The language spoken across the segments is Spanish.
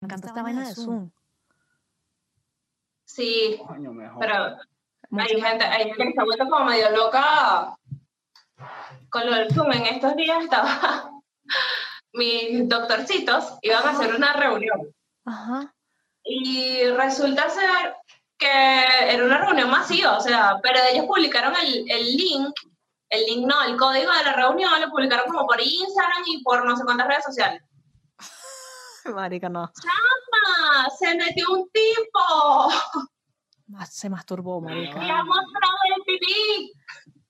encantó esta, vaina de Zoom. Sí, Coño, mejor. pero Mucho- hay gente, hay gente que se ha vuelto como medio loca con lo del Zoom. En estos días estaba mis doctorcitos, iban a hacer una reunión. Ajá. Y resulta ser que era una reunión masiva, o sea, pero ellos publicaron el, el link, el link no, el código de la reunión, lo publicaron como por Instagram y por no sé cuántas redes sociales. Marica, no. ¡Ah! ¡Se metió un tipo! Ma- Se masturbó, marica. ¡Le ha mostrado el pipí!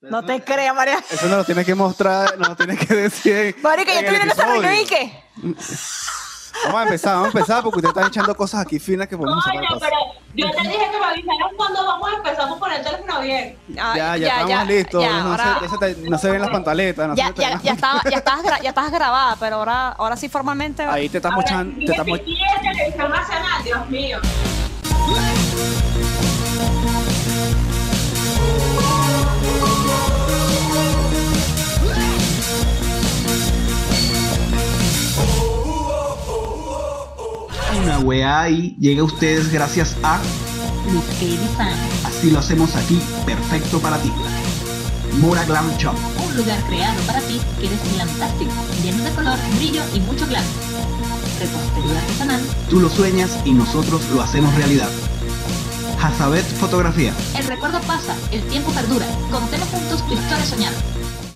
No te creas, María. Eso no lo tienes que mostrar, no lo tienes que decir. Marica, yo en el estoy en esa episodio. reunión y qué. Vamos a empezar, vamos a empezar porque ustedes están echando cosas aquí finas que podemos sacar. Coño, pero yo te dije que me avisaron cuando vamos a empezar por poner el teléfono bien. Ah, Ya, ya, estamos listos. ya, no, ahora- se, ya se te- no se ven las pantaletas. No ya, se te ven ya, las- ya, estaba- ya, estabas gra- ya estabas grabada, pero ahora, ahora sí formalmente. Ahí te estás Ahora, mochando. y Te estás que moch- si quiere televisión nacional, Dios mío. Una weá ahí llega a ustedes gracias a Fan, Así lo hacemos aquí, perfecto para ti. Mora Glam Shop, un lugar creado para ti que eres fantástico, lleno de color, brillo y mucho glam. Repostería artesanal, tú lo sueñas y nosotros lo hacemos realidad. Hazabet Fotografía. el recuerdo pasa, el tiempo perdura. Contemos juntos tu historia soñada.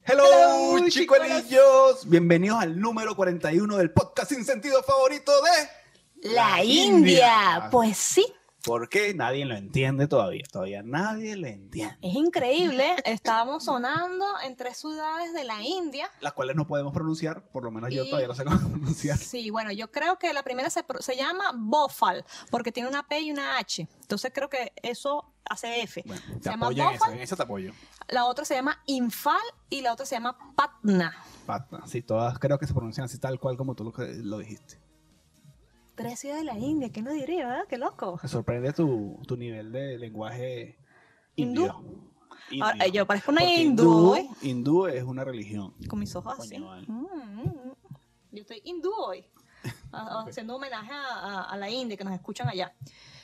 Hello, chicuelillos. Bienvenidos al número 41 del podcast sin sentido favorito de. La India. Pues sí, Porque nadie lo entiende todavía. Todavía nadie lo entiende. es increíble. Estábamos sonando en tres ciudades de la India. Las cuales no podemos pronunciar, por lo menos yo Y- todavía no sé cómo pronunciar. Sí, bueno, yo creo que la primera se, pro- se llama Bofal, porque tiene una P y una H. Entonces creo que eso hace F. Bueno, Se te llama apoyo en eso, ¿eh? Bofal. en eso te apoyo. La otra se llama Infal y la otra se llama Patna. Patna, sí, todas creo que se pronuncian así tal cual como tú lo, lo dijiste. Tres ciudades de la India, ¿qué no diría, verdad? Qué loco. Me sorprende tu, tu nivel de lenguaje Hindú. indio. Ahora, yo parezco una Porque hindú hoy, hindú, hindú es una religión. con mis ojos Coño, así. vale. Mm, mm, mm. Yo estoy hindú hoy, a- a- haciendo homenaje a, a- a la India que nos escuchan allá.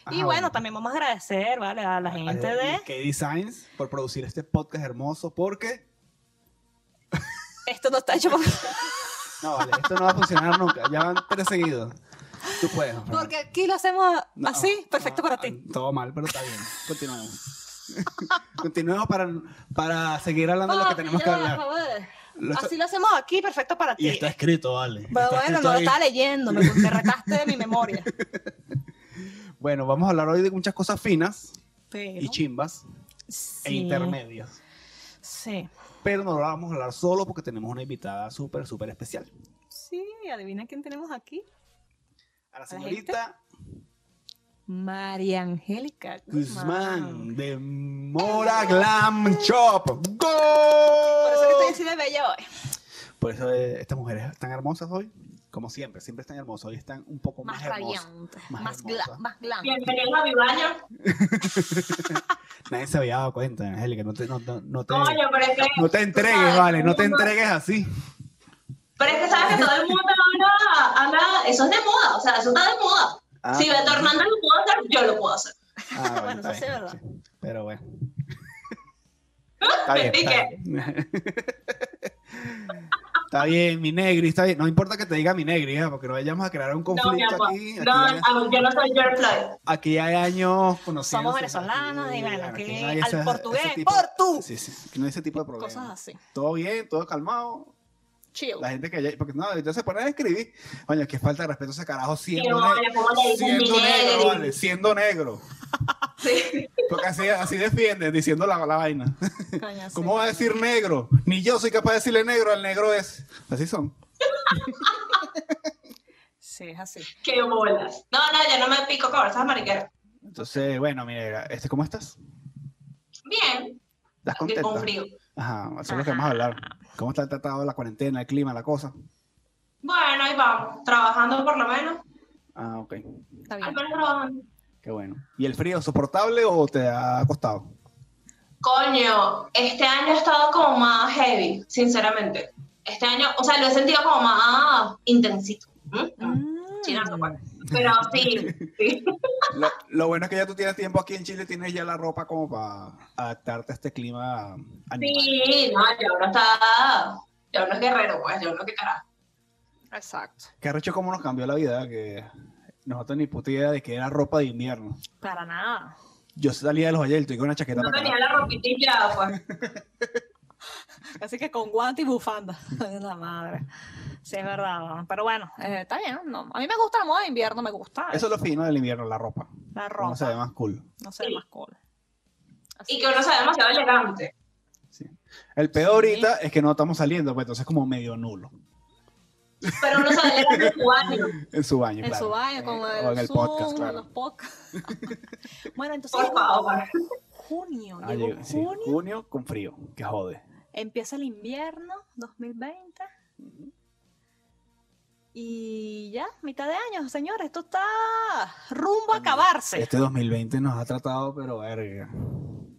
Ajá, y bueno, Ah, bueno. Ah, eh, también vamos a agradecer, ¿vale? A la gente A- de... a- K-Designs por producir este podcast hermoso porque... Esto no está hecho por... No, vale, esto no va a funcionar nunca. Ya van tres seguidos. Tú puedes. Fran. Porque aquí lo hacemos No, así, Ah, perfecto no, para ti. Todo mal, pero está bien. Continuamos. Continuemos para, para seguir hablando de lo que tenemos que Papi, Ah, ya, hablar. por favor. Lo- Así lo hacemos aquí, perfecto para ti. Y está escrito, vale. Pero Está bueno, escrito no lo ahí. estaba leyendo, me te retaste de mi memoria. Bueno, vamos a hablar hoy de muchas cosas finas Pero, y chimbas sí, e intermedias. Sí. Pero no lo vamos a hablar solo porque tenemos una invitada súper, súper especial. Sí, adivina quién tenemos aquí. A la gente? señorita María Angélica Guzmán de Mora Glam Shop. ¡Gol! Por eso que estoy así de bella hoy. Por eso eh, estas mujeres están hermosas hoy, como siempre, siempre están hermosas, hoy están un poco más, Más hermosas. radiante, más más, hermosa. gla- más glam. Bienvenidos a mi baño. Nadie se había dado cuenta, Angélica, no te, no, no- no te, Coño, pero es que... no te entregues, vale, no te entregues así. Pero es que sabes que todo el mundo habla, habla- eso es de moda, o sea, eso está de moda. Ah, si Beto Hernández lo puede hacer, yo lo puedo hacer. Ah, bueno, Bueno, está eso sí bien, es verdad. sí. Pero bueno. Está bien, está bien. Está bien, mi negri, está bien. No importa que te diga mi negri, ¿eh? porque no vayamos a crear un No, mi conflicto amor. aquí. Aquí, No, hay, no, yo no soy George Floyd. aquí hay años conocidos. Somos venezolanos, y bueno, aquí al portugués, ¡Por tú! ¡portu! Sí, sí, aquí no hay ese tipo de problemas. Cosas así. Todo bien, todo calmado. Chill. La gente que ya, porque no, entonces se ponen a escribir. Oye, que falta de respeto a ese carajo Sí, siendo, vale, ne- ¿cómo le dicen siendo mi negro, negri? vale, siendo negro. Sí. Porque así, así defienden, diciendo la, la vaina. Coño, sí. ¿Cómo va a decir negro? Ni yo soy capaz de decirle negro al negro es. Así son. Sí, es así. Qué bolas. No, no, yo no me pico con esas mariqueras. Entonces, bueno, mira, este, ¿cómo estás? Bien, ¿Estás que con contenta? frío. Ajá, eso es lo que vamos a hablar. ¿Cómo está tratado la cuarentena, el clima, la cosa? Bueno, ahí vamos, trabajando por lo menos. Ah, ok. Está Al bien. menos trabajando. Qué bueno. ¿Y el frío soportable o te ha costado? Coño, este año ha estado como más heavy, sinceramente. Este año, o sea, lo he sentido como más intensito. ¿Mm? Mm, chinazo, pues. Pero sí, sí. Lo, lo bueno es que ya tú tienes tiempo aquí en Chile, tienes ya la ropa como para adaptarte a este clima animal. Sí, no, ya uno está. Ya uno es guerrero, pues, ya uno que carajo. Exacto. Qué arrecho cómo nos cambió la vida, que nosotros ni puta idea de que era ropa de invierno. Para nada. Yo salía de los valles y con una chaqueta No para tenía la ropita inflada, pues. Así que con guante y bufanda. Ay, la madre. Sí, es verdad. ¿no? Pero bueno, eh, está bien. no. A mí me gusta la moda de invierno, me gusta. Eso es lo fino del invierno, la ropa. la No se ve ropa. más cool. No se ve Sí. más cool. Así Y que uno sea demasiado elegante. Sí. El peor Sí. ahorita es que no estamos saliendo, pues entonces es como medio nulo. Pero uno sabe elegante cubano. En su baño, En claro. su baño, Eh, con el, o en el Zoom, podcast, en claro. los podcasts. bueno, entonces Por favor. junio, Ah, llegó llega- sí, junio, junio con frío, que jode. empieza el invierno 2020. Y ya, mitad de año, señores, esto está rumbo a acabarse. Este 2020 nos ha tratado, pero verga.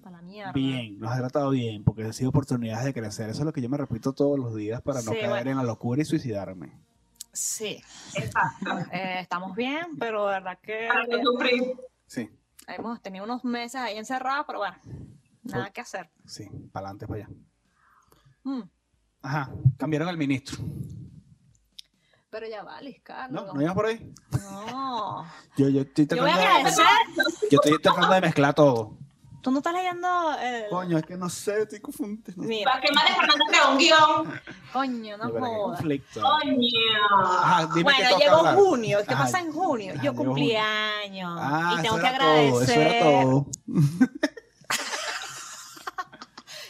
Para la mierda. Bien, nos ha tratado bien, porque ha sido oportunidades de crecer. Eso es lo que yo me repito todos los días para no Sí, caer bueno. en la locura y suicidarme. Sí, Exacto. eh, estamos bien, pero de verdad que Para no eh, sufrir. Sí, hemos tenido unos meses ahí encerrados, pero bueno, nada que hacer. sí, para adelante, para allá. Mm, Ajá, cambiaron al ministro. Pero ya vale, Carlos. ¿No? ¿No íbamos por ahí? no. Yo, yo estoy Yo voy a tratando, agradecer. yo estoy tratando de mezclar todo. Tú no estás leyendo el. Coño, es que no sé, estoy confundido. Mira, ¿Para qué María Fernanda crea un guión? coño, no Yo, pero qué jodas. conflicto. Coño. Ajá, dime qué Bueno, toca llegó hablar. junio. ¿Qué Ajá. pasa en junio? Ajá, Yo llegó cumplí junio. años. Ah, y tengo eso que era todo, eso era agradecer. todo.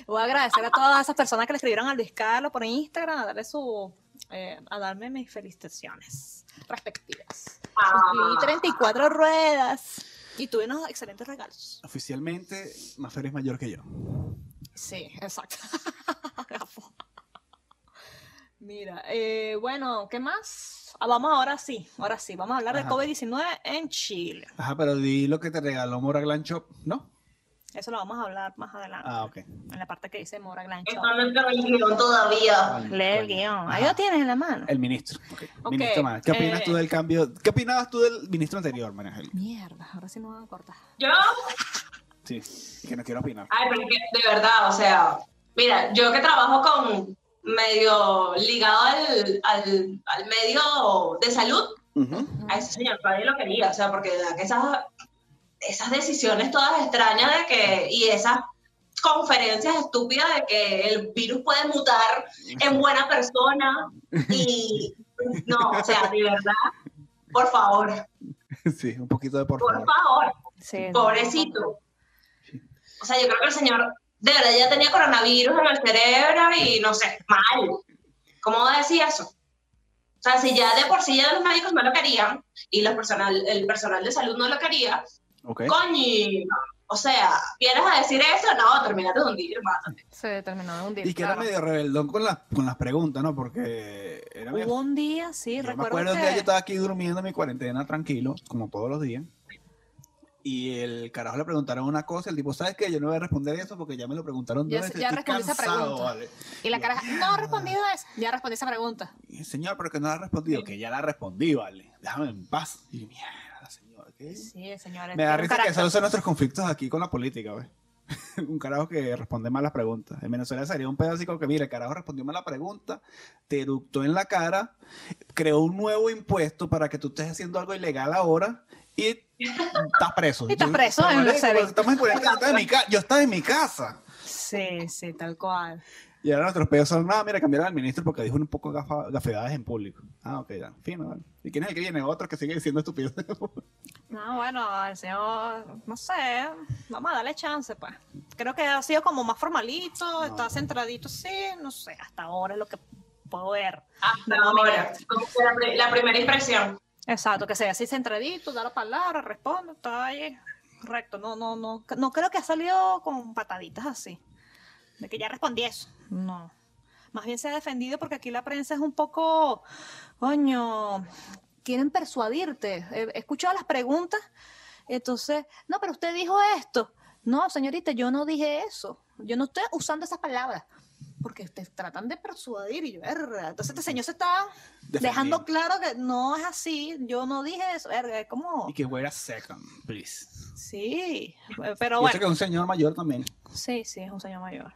Voy a agradecer a todas esas personas que le escribieron a Luis Carlos por Instagram a darle su. eh, a darme mis felicitaciones respectivas. Cumplí 34 ruedas y tuve unos excelentes regalos. Oficialmente, Mafer es mayor que yo. Sí, exacto. Gafo. Mira, eh, bueno, ¿qué más? Ah, vamos ahora sí, ahora sí, vamos a hablar de Ajá. COVID-19 en Chile. Ajá, pero di lo que te regaló Mora Glam Shop, ¿no? Eso lo vamos a hablar más adelante, Ah, ok. en la parte que dice Mora Glancho. No me creo el guión todavía. Lee el guión. Ahí lo Ajá. tienes en la mano. El ministro. ok. Ok, Ministro más. ¿Qué opinas eh, tú del cambio? ¿Qué opinabas tú del ministro anterior, María Angélica? Mierda, ahora sí no van a cortar. Yo, Sí, es que no quiero opinar. Ah. ay, pero es que de verdad, o sea, mira, yo que trabajo con medio ligado al, al, al medio de salud, Ujú. a ese señor nadie lo quería, o sea, porque de verdad que esas, esas decisiones todas extrañas de que, y esas conferencias estúpidas de que el virus puede mutar en buena persona y no, o sea, de verdad, por favor, Sí, un poquito de por por favor. favor, Sí, no. pobrecito. O sea, yo creo que el señor de verdad ya tenía coronavirus en el cerebro y no sé, mal. ¿Cómo va a decir eso? O sea, si ya de por sí ya los médicos no lo querían y los personal, el personal de salud no lo quería, Ok. coño, o sea, vienes a decir eso, no, terminate de hundir, hermano. Se terminó de hundir. Y que era claro. medio rebeldón con las, con las preguntas, ¿no? Porque era medio... Hubo un día, sí, Yo me recuerdo acuerdo un que... día yo estaba aquí durmiendo mi cuarentena tranquilo, como todos los días. Y el carajo le preguntaron una cosa, el tipo, ¿sabes qué? Yo no voy a responder eso porque ya me lo preguntaron dos Ya- veces. ya estoy respondí esa cansado, pregunta. vale". Y la cara, no ha respondido a eso. Ya respondí esa pregunta. Y, Señor, pero que no la ha respondido, que ya la respondí, vale. Déjame en paz. Y yo, mierda, señor, ¿qué? Sí, señores. Me da tiene un risa que carácter. esos son nuestros conflictos aquí con la política, güey. un carajo que responde mal las preguntas. En Venezuela sería un pedazo así como que, mira, el carajo respondió mal la pregunta, te eructó en la cara, creó un nuevo impuesto para que tú estés haciendo algo ilegal ahora y estás preso. Y estás Yo- preso pero, en marico, Venezuela. pero Estamos en cuarentena, yo estaba en mi ca- yo estaba en mi casa. Sí, sí, tal cual. Y ahora nuestros pedos son, nada, mira, cambiaron al ministro porque dijo un poco gafa- gafedades en público. Ah, ok, ya, fino. vale. ¿Y quién es el que viene? Otro que sigue diciendo estupideces. No, bueno, el señor, no sé, vamos a darle chance, pues. Creo que ha sido como más formalito, está centradito, sí, no sé, hasta ahora es lo que puedo ver. Hasta ahora, como que la pri- la primera impresión. Exacto, que sea así centradito, da la palabra, responde, está ahí, correcto. No, no, no, no creo que ha salido con pataditas así, de que ya respondí eso. No. Más bien se ha defendido porque aquí la prensa es un poco, coño, quieren persuadirte. He he escuchado las preguntas, entonces, no, pero usted dijo esto. No, señorita, yo no dije eso. Yo no estoy usando esas palabras. porque te tratan de persuadir y yo, verga. Entonces este señor se está dejando claro que no es así. Yo no dije eso, verga, es como... Y que wait a second, please. Sí, eh, pero Yo sé que bueno. es un señor mayor también. Sí, sí, es un señor mayor.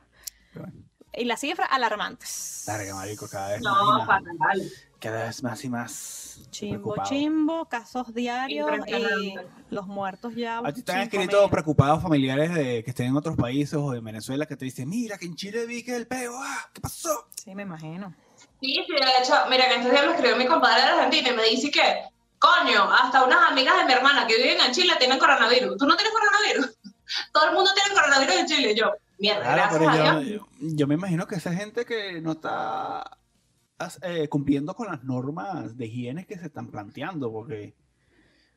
Pero bueno. Y las cifras alarmantes. Larga, marico, cada vez más. No, y más. fatal. Cada vez más y más. Chimbo, preocupado. chimbo, casos diarios y Impresionante. los muertos ya. A ti Ah, te han cinco escrito mil. preocupados familiares de que estén en otros países o en Venezuela que te dicen, mira que en Chile vi que el peo, ah, ¿qué pasó? Sí, me imagino. Sí, sí, de hecho, mira que estos días me escribió mi compadre de Argentina y me dice que, coño, hasta unas amigas de mi hermana que viven en Chile tienen coronavirus. ¿Tú no tienes coronavirus? Todo el mundo tiene coronavirus en Chile. Y yo, mierda, Claro, gracias a pero Dios. yo, yo me imagino que esa gente que no está as- eh, cumpliendo con las normas de higiene que se están planteando, porque,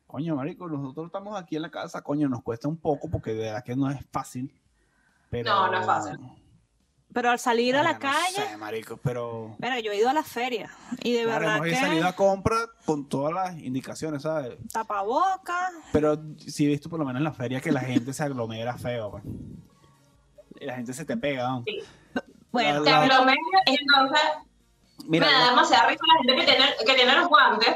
coño, marico, nosotros estamos aquí en la casa, coño, nos cuesta un poco porque de verdad que no es fácil. Pero, No, no es fácil. Pero al salir a la Verga, no calle, sé, marico, pero... mira, yo he ido a la feria y de Claro, verdad hemos que salido a compra con todas las indicaciones, ¿sabes? tapabocas. Pero sí he visto por lo menos en la feria que la gente se aglomera feo, pues. Y La gente se te pega, ¿no? Bueno, Te La- aglomero, entonces Mira, me da yo- demasiada risa la gente que tiene, que tiene los guantes.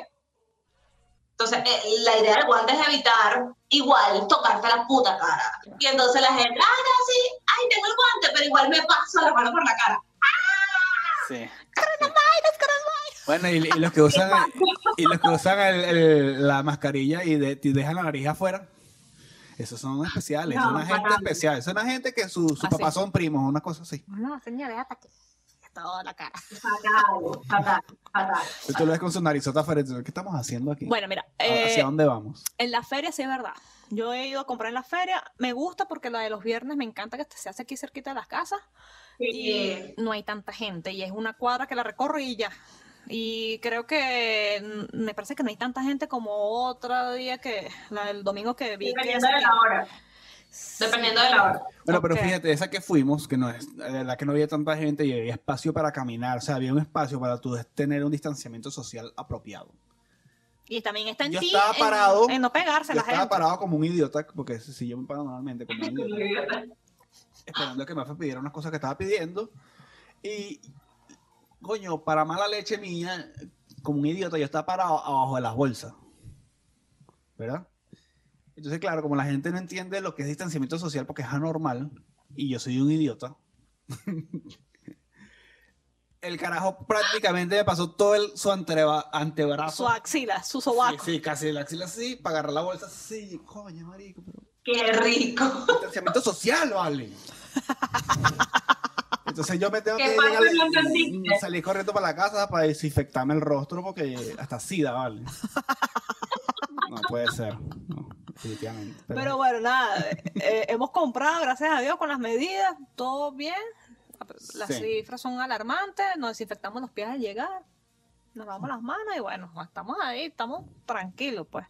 Entonces, eh, la idea del guante es evitar igual tocarte la puta cara. Y entonces la gente, ah, no, sí, ay, tengo el guante, pero igual me paso la mano por la cara. sí. Bueno, y, y los que usan, y los que usan el- el- la mascarilla y, de- y dejan la nariz afuera, esos son especiales, No, son una gente fatal. especial, es una gente que su, su Así. papá son primos, una cosa así. no, señores, hasta que toda la cara. Fatal, fatal, fatal. Y tú lo ves con su narizota afuera, y tú, ¿qué estamos haciendo aquí? Bueno, mira, ¿A- eh, ¿Hacia dónde vamos? en la feria sí es verdad. Yo he ido a comprar en la feria. Me gusta porque la de los viernes me encanta que se hace aquí cerquita de las casas. y Sí. no hay tanta gente y es una cuadra que la recorro y ya. Y creo que mm, me parece que no hay tanta gente como otra día que la del domingo que vi. que Dependiendo se- de la hora. Dependiendo de la hora. Bueno, pero Ok. fíjate, esa que fuimos, que no es, la verdad que no había tanta gente y había espacio para caminar, o sea, había un espacio para tú tener un distanciamiento social apropiado. Y también está en Yo ti estaba en- parado, en, no pegarse Yo la estaba gente. parado como un idiota, porque si yo me paro normalmente como un idiota, esperando a que me pidiera unas cosas que estaba pidiendo, y, coño, para mala leche mía, como un idiota, yo estaba parado abajo de las bolsas, ¿verdad? Entonces, claro, como la gente no entiende lo que es distanciamiento social porque es anormal, y yo soy un idiota, el carajo prácticamente me pasó todo el, su anteba- antebrazo. Su axila, su sobaco. Sí, sí, casi la axila así, para agarrar la bolsa así. Coño, marico, pero... Qué rico. Distanciamiento social, vale. Entonces yo me tengo que ¿Qué pasa? llegar- No entendiste. salir corriendo para la casa para desinfectarme el rostro porque hasta sida, vale. No puede ser, no, definitivamente. Pero, Pero bueno, nada, eh, hemos comprado, gracias a Dios, con las medidas, todo bien. Ah, pues, Las Sí. cifras son alarmantes, nos desinfectamos los pies al llegar, nos lavamos las manos y bueno, estamos ahí, estamos tranquilos, pues.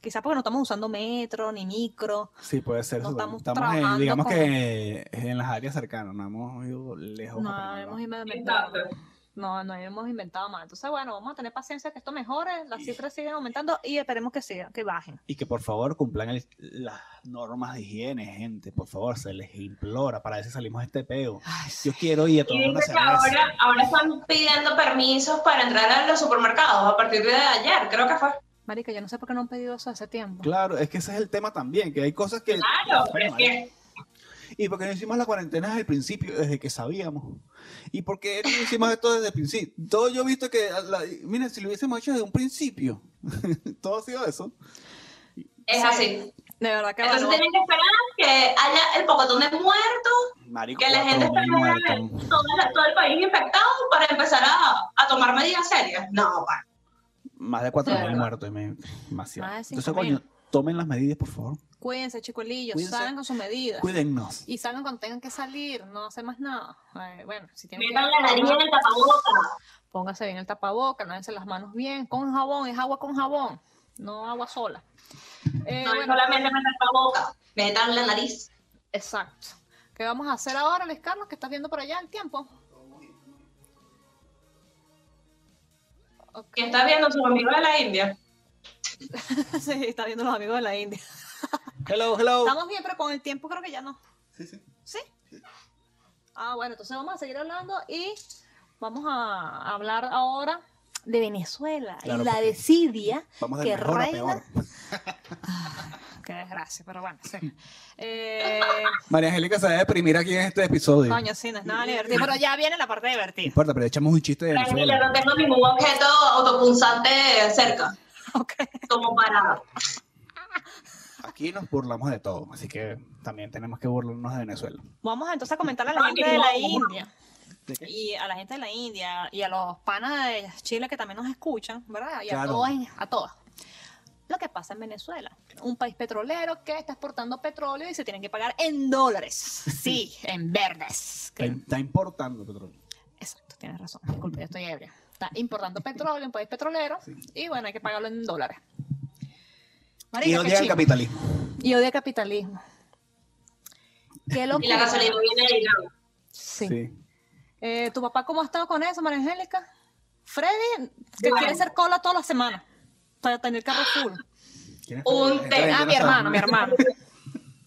Quizás porque no estamos usando metro ni micro. sí, puede ser. no eso también. estamos en- trabajando digamos con- que en las áreas cercanas, no hemos ido lejos. a No, primer hemos lugar. inventado. Exacto. No, no hemos inventado más. Entonces, bueno, vamos a tener paciencia que esto mejore, las cifras siguen aumentando y esperemos que sigan, que bajen. Y que por favor cumplan el- las normas de higiene, gente. Por favor, se les implora. Para eso salimos de este peo. Yo quiero ir a Y tomar una dice que cerveza. ahora, ahora están pidiendo permisos para entrar a los supermercados a partir de ayer, creo que fue. Marica, yo no sé por qué no han pedido eso hace tiempo. Claro, es que ese es el tema también, que hay cosas que... Claro, pero es Bueno, que Y porque no hicimos la cuarentena desde el principio, desde que sabíamos. Y porque no hicimos esto desde el principio. Todo yo he visto que, la- mira, si lo hubiésemos hecho desde un principio, todo ha sido eso. es así. De verdad que Entonces bueno, tienen que esperar que haya el pocotón de muertos, Marico, que la gente esté cuatro mil muertos. todo, el- todo el país infectado para empezar a, a tomar medidas serias. No, bueno. Más de cuatro Claro. mil muertos. me- demasiado. Más de Entonces, cinco mil. coño, tomen las medidas, por favor. cuídense, chicuelillos, Cuídense. salgan con sus medidas. Cuídennos. Y salgan cuando tengan que salir, no hacer más nada. Eh, bueno, si tienen que metan la nariz en el tapabocas. pónganse bien el tapabocas, lávense las manos bien, con jabón, es agua con jabón, no agua sola. Eh, No es bueno, solamente meter el tapabocas, metan la nariz. exacto. ¿Qué vamos a hacer ahora, Luis Carlos, que estás viendo por allá el tiempo? Ok. Que está viendo su amigo de la India. Sí, está viendo los amigos de la India. Hello, hello. Estamos bien, pero con el tiempo creo que ya no. Sí, sí. ¿Sí? Ah, bueno, entonces vamos a seguir hablando y vamos a hablar ahora de Venezuela Claro, y la porque desidia Vamos de que mejor a reina. peor. Qué desgracia, pero bueno. sí. Eh, María Angélica se va a deprimir aquí en este episodio. No coño, sí, no es nada divertido, pero ya viene la parte divertida. importa, pero echamos un chiste de Tranquila, no Venezuela. tengo ningún objeto autopunzante cerca, Ok. como para... Aquí nos burlamos de todo, así que también tenemos que burlarnos de Venezuela. Vamos entonces a comentarle Ah, a la Ay, gente de la no. India. ¿De qué? Y a la gente de la India y a los panas de Chile que también nos escuchan, ¿verdad? Y a Claro. todos, a todas. Lo que pasa en Venezuela, un país petrolero que está exportando petróleo y se tienen que pagar en dólares. Sí, en verdes. Está, Que- está importando, Petróleo. Exacto, tienes razón. Disculpe, yo estoy ebria. Está importando petróleo, un país petrolero, y bueno, hay que pagarlo en dólares. Y Marica, no qué llega el chimbo. capitalismo. y odia capitalismo. Qué Y la locura. gasolina viene de Irán. Sí. Sí. Eh, ¿Tu papá cómo ha estado con eso, María Angélica? Freddy, que Claro. quiere hacer cola todas las semanas para tener carro full. ¿Quién es Un Petróleo? té. Gente, yo no Ah, mi sabía. hermano, mi hermano.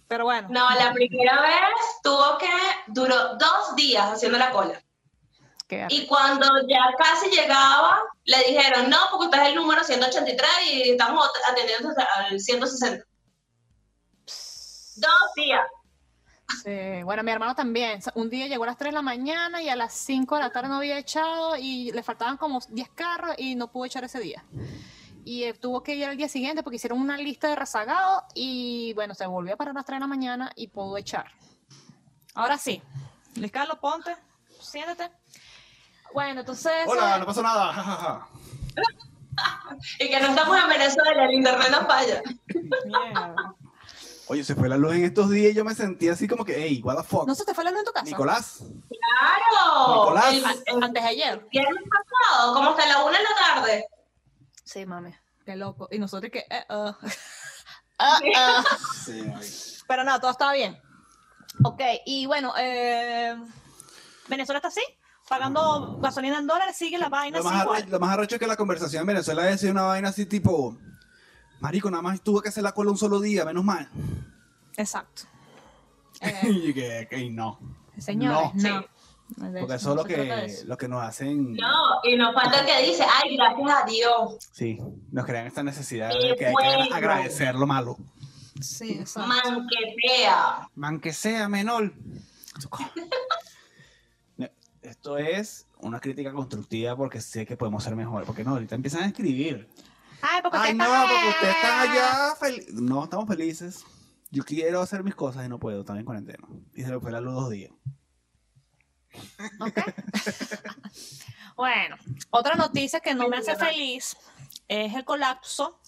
Pero bueno, No, la primera vez tuvo que, duró dos días haciendo la cola. qué arre- Y cuando ya casi llegaba, le dijeron, no, porque usted es el número 183 y estamos atendiendo al 160. Dos días. sí. Bueno, mi hermano también. Un día llegó a las 3 de la mañana y a las 5 de la tarde no había echado y le faltaban como 10 carros y no pudo echar ese día. Y eh, tuvo que ir al día siguiente porque hicieron una lista de rezagados y bueno, se volvió a parar a las 3 de la mañana y pudo echar. Ahora sí. Luis Carlos, ponte, siéntate. Bueno, entonces... Hola, eh, no pasó nada. ja, ja, ja. Y que no estamos en Venezuela, el internet no falla. Mierda. Oye, se fue la luz en estos días y yo me sentí así como que, hey, what the fuck. ¿No se te fue la luz en tu casa? Nicolás, ¡Claro! Nicolás. El, An- Antes de ayer. viernes pasado, como hasta la una de la tarde. Sí, mami. Qué loco. Y nosotros que... eh, ah. Pero no, todo estaba bien. Ok, y bueno, eh, Venezuela está así, pagando gasolina en dólares, sigue la vaina lo, así más arrecho, igual. lo más arrecho es que la conversación en Venezuela debe ser una vaina así tipo, marico, nada más tuve que hacer la cola un solo día, menos mal. Exacto. Eh, y que, que no. señores, No. no. Porque De hecho, eso es no lo se trata de que, eso. lo que nos hacen, No, y nos falta el que dice, ay, gracias a Dios. sí, nos crean esta necesidad Qué de que hay que bueno. agradecer lo malo. Sí, exacto. Manquetea. Man que sea menor. No, Esto es una crítica constructiva porque sé que podemos ser mejores. Porque no, ahorita empiezan a escribir. Ay, porque Ay, usted no, está- porque usted está allá feliz. No, estamos felices. Yo quiero hacer mis cosas y no puedo, estaba en cuarentena. Y se me fue la luz dos días. Ok. bueno, otra noticia que no me hace feliz es el colapso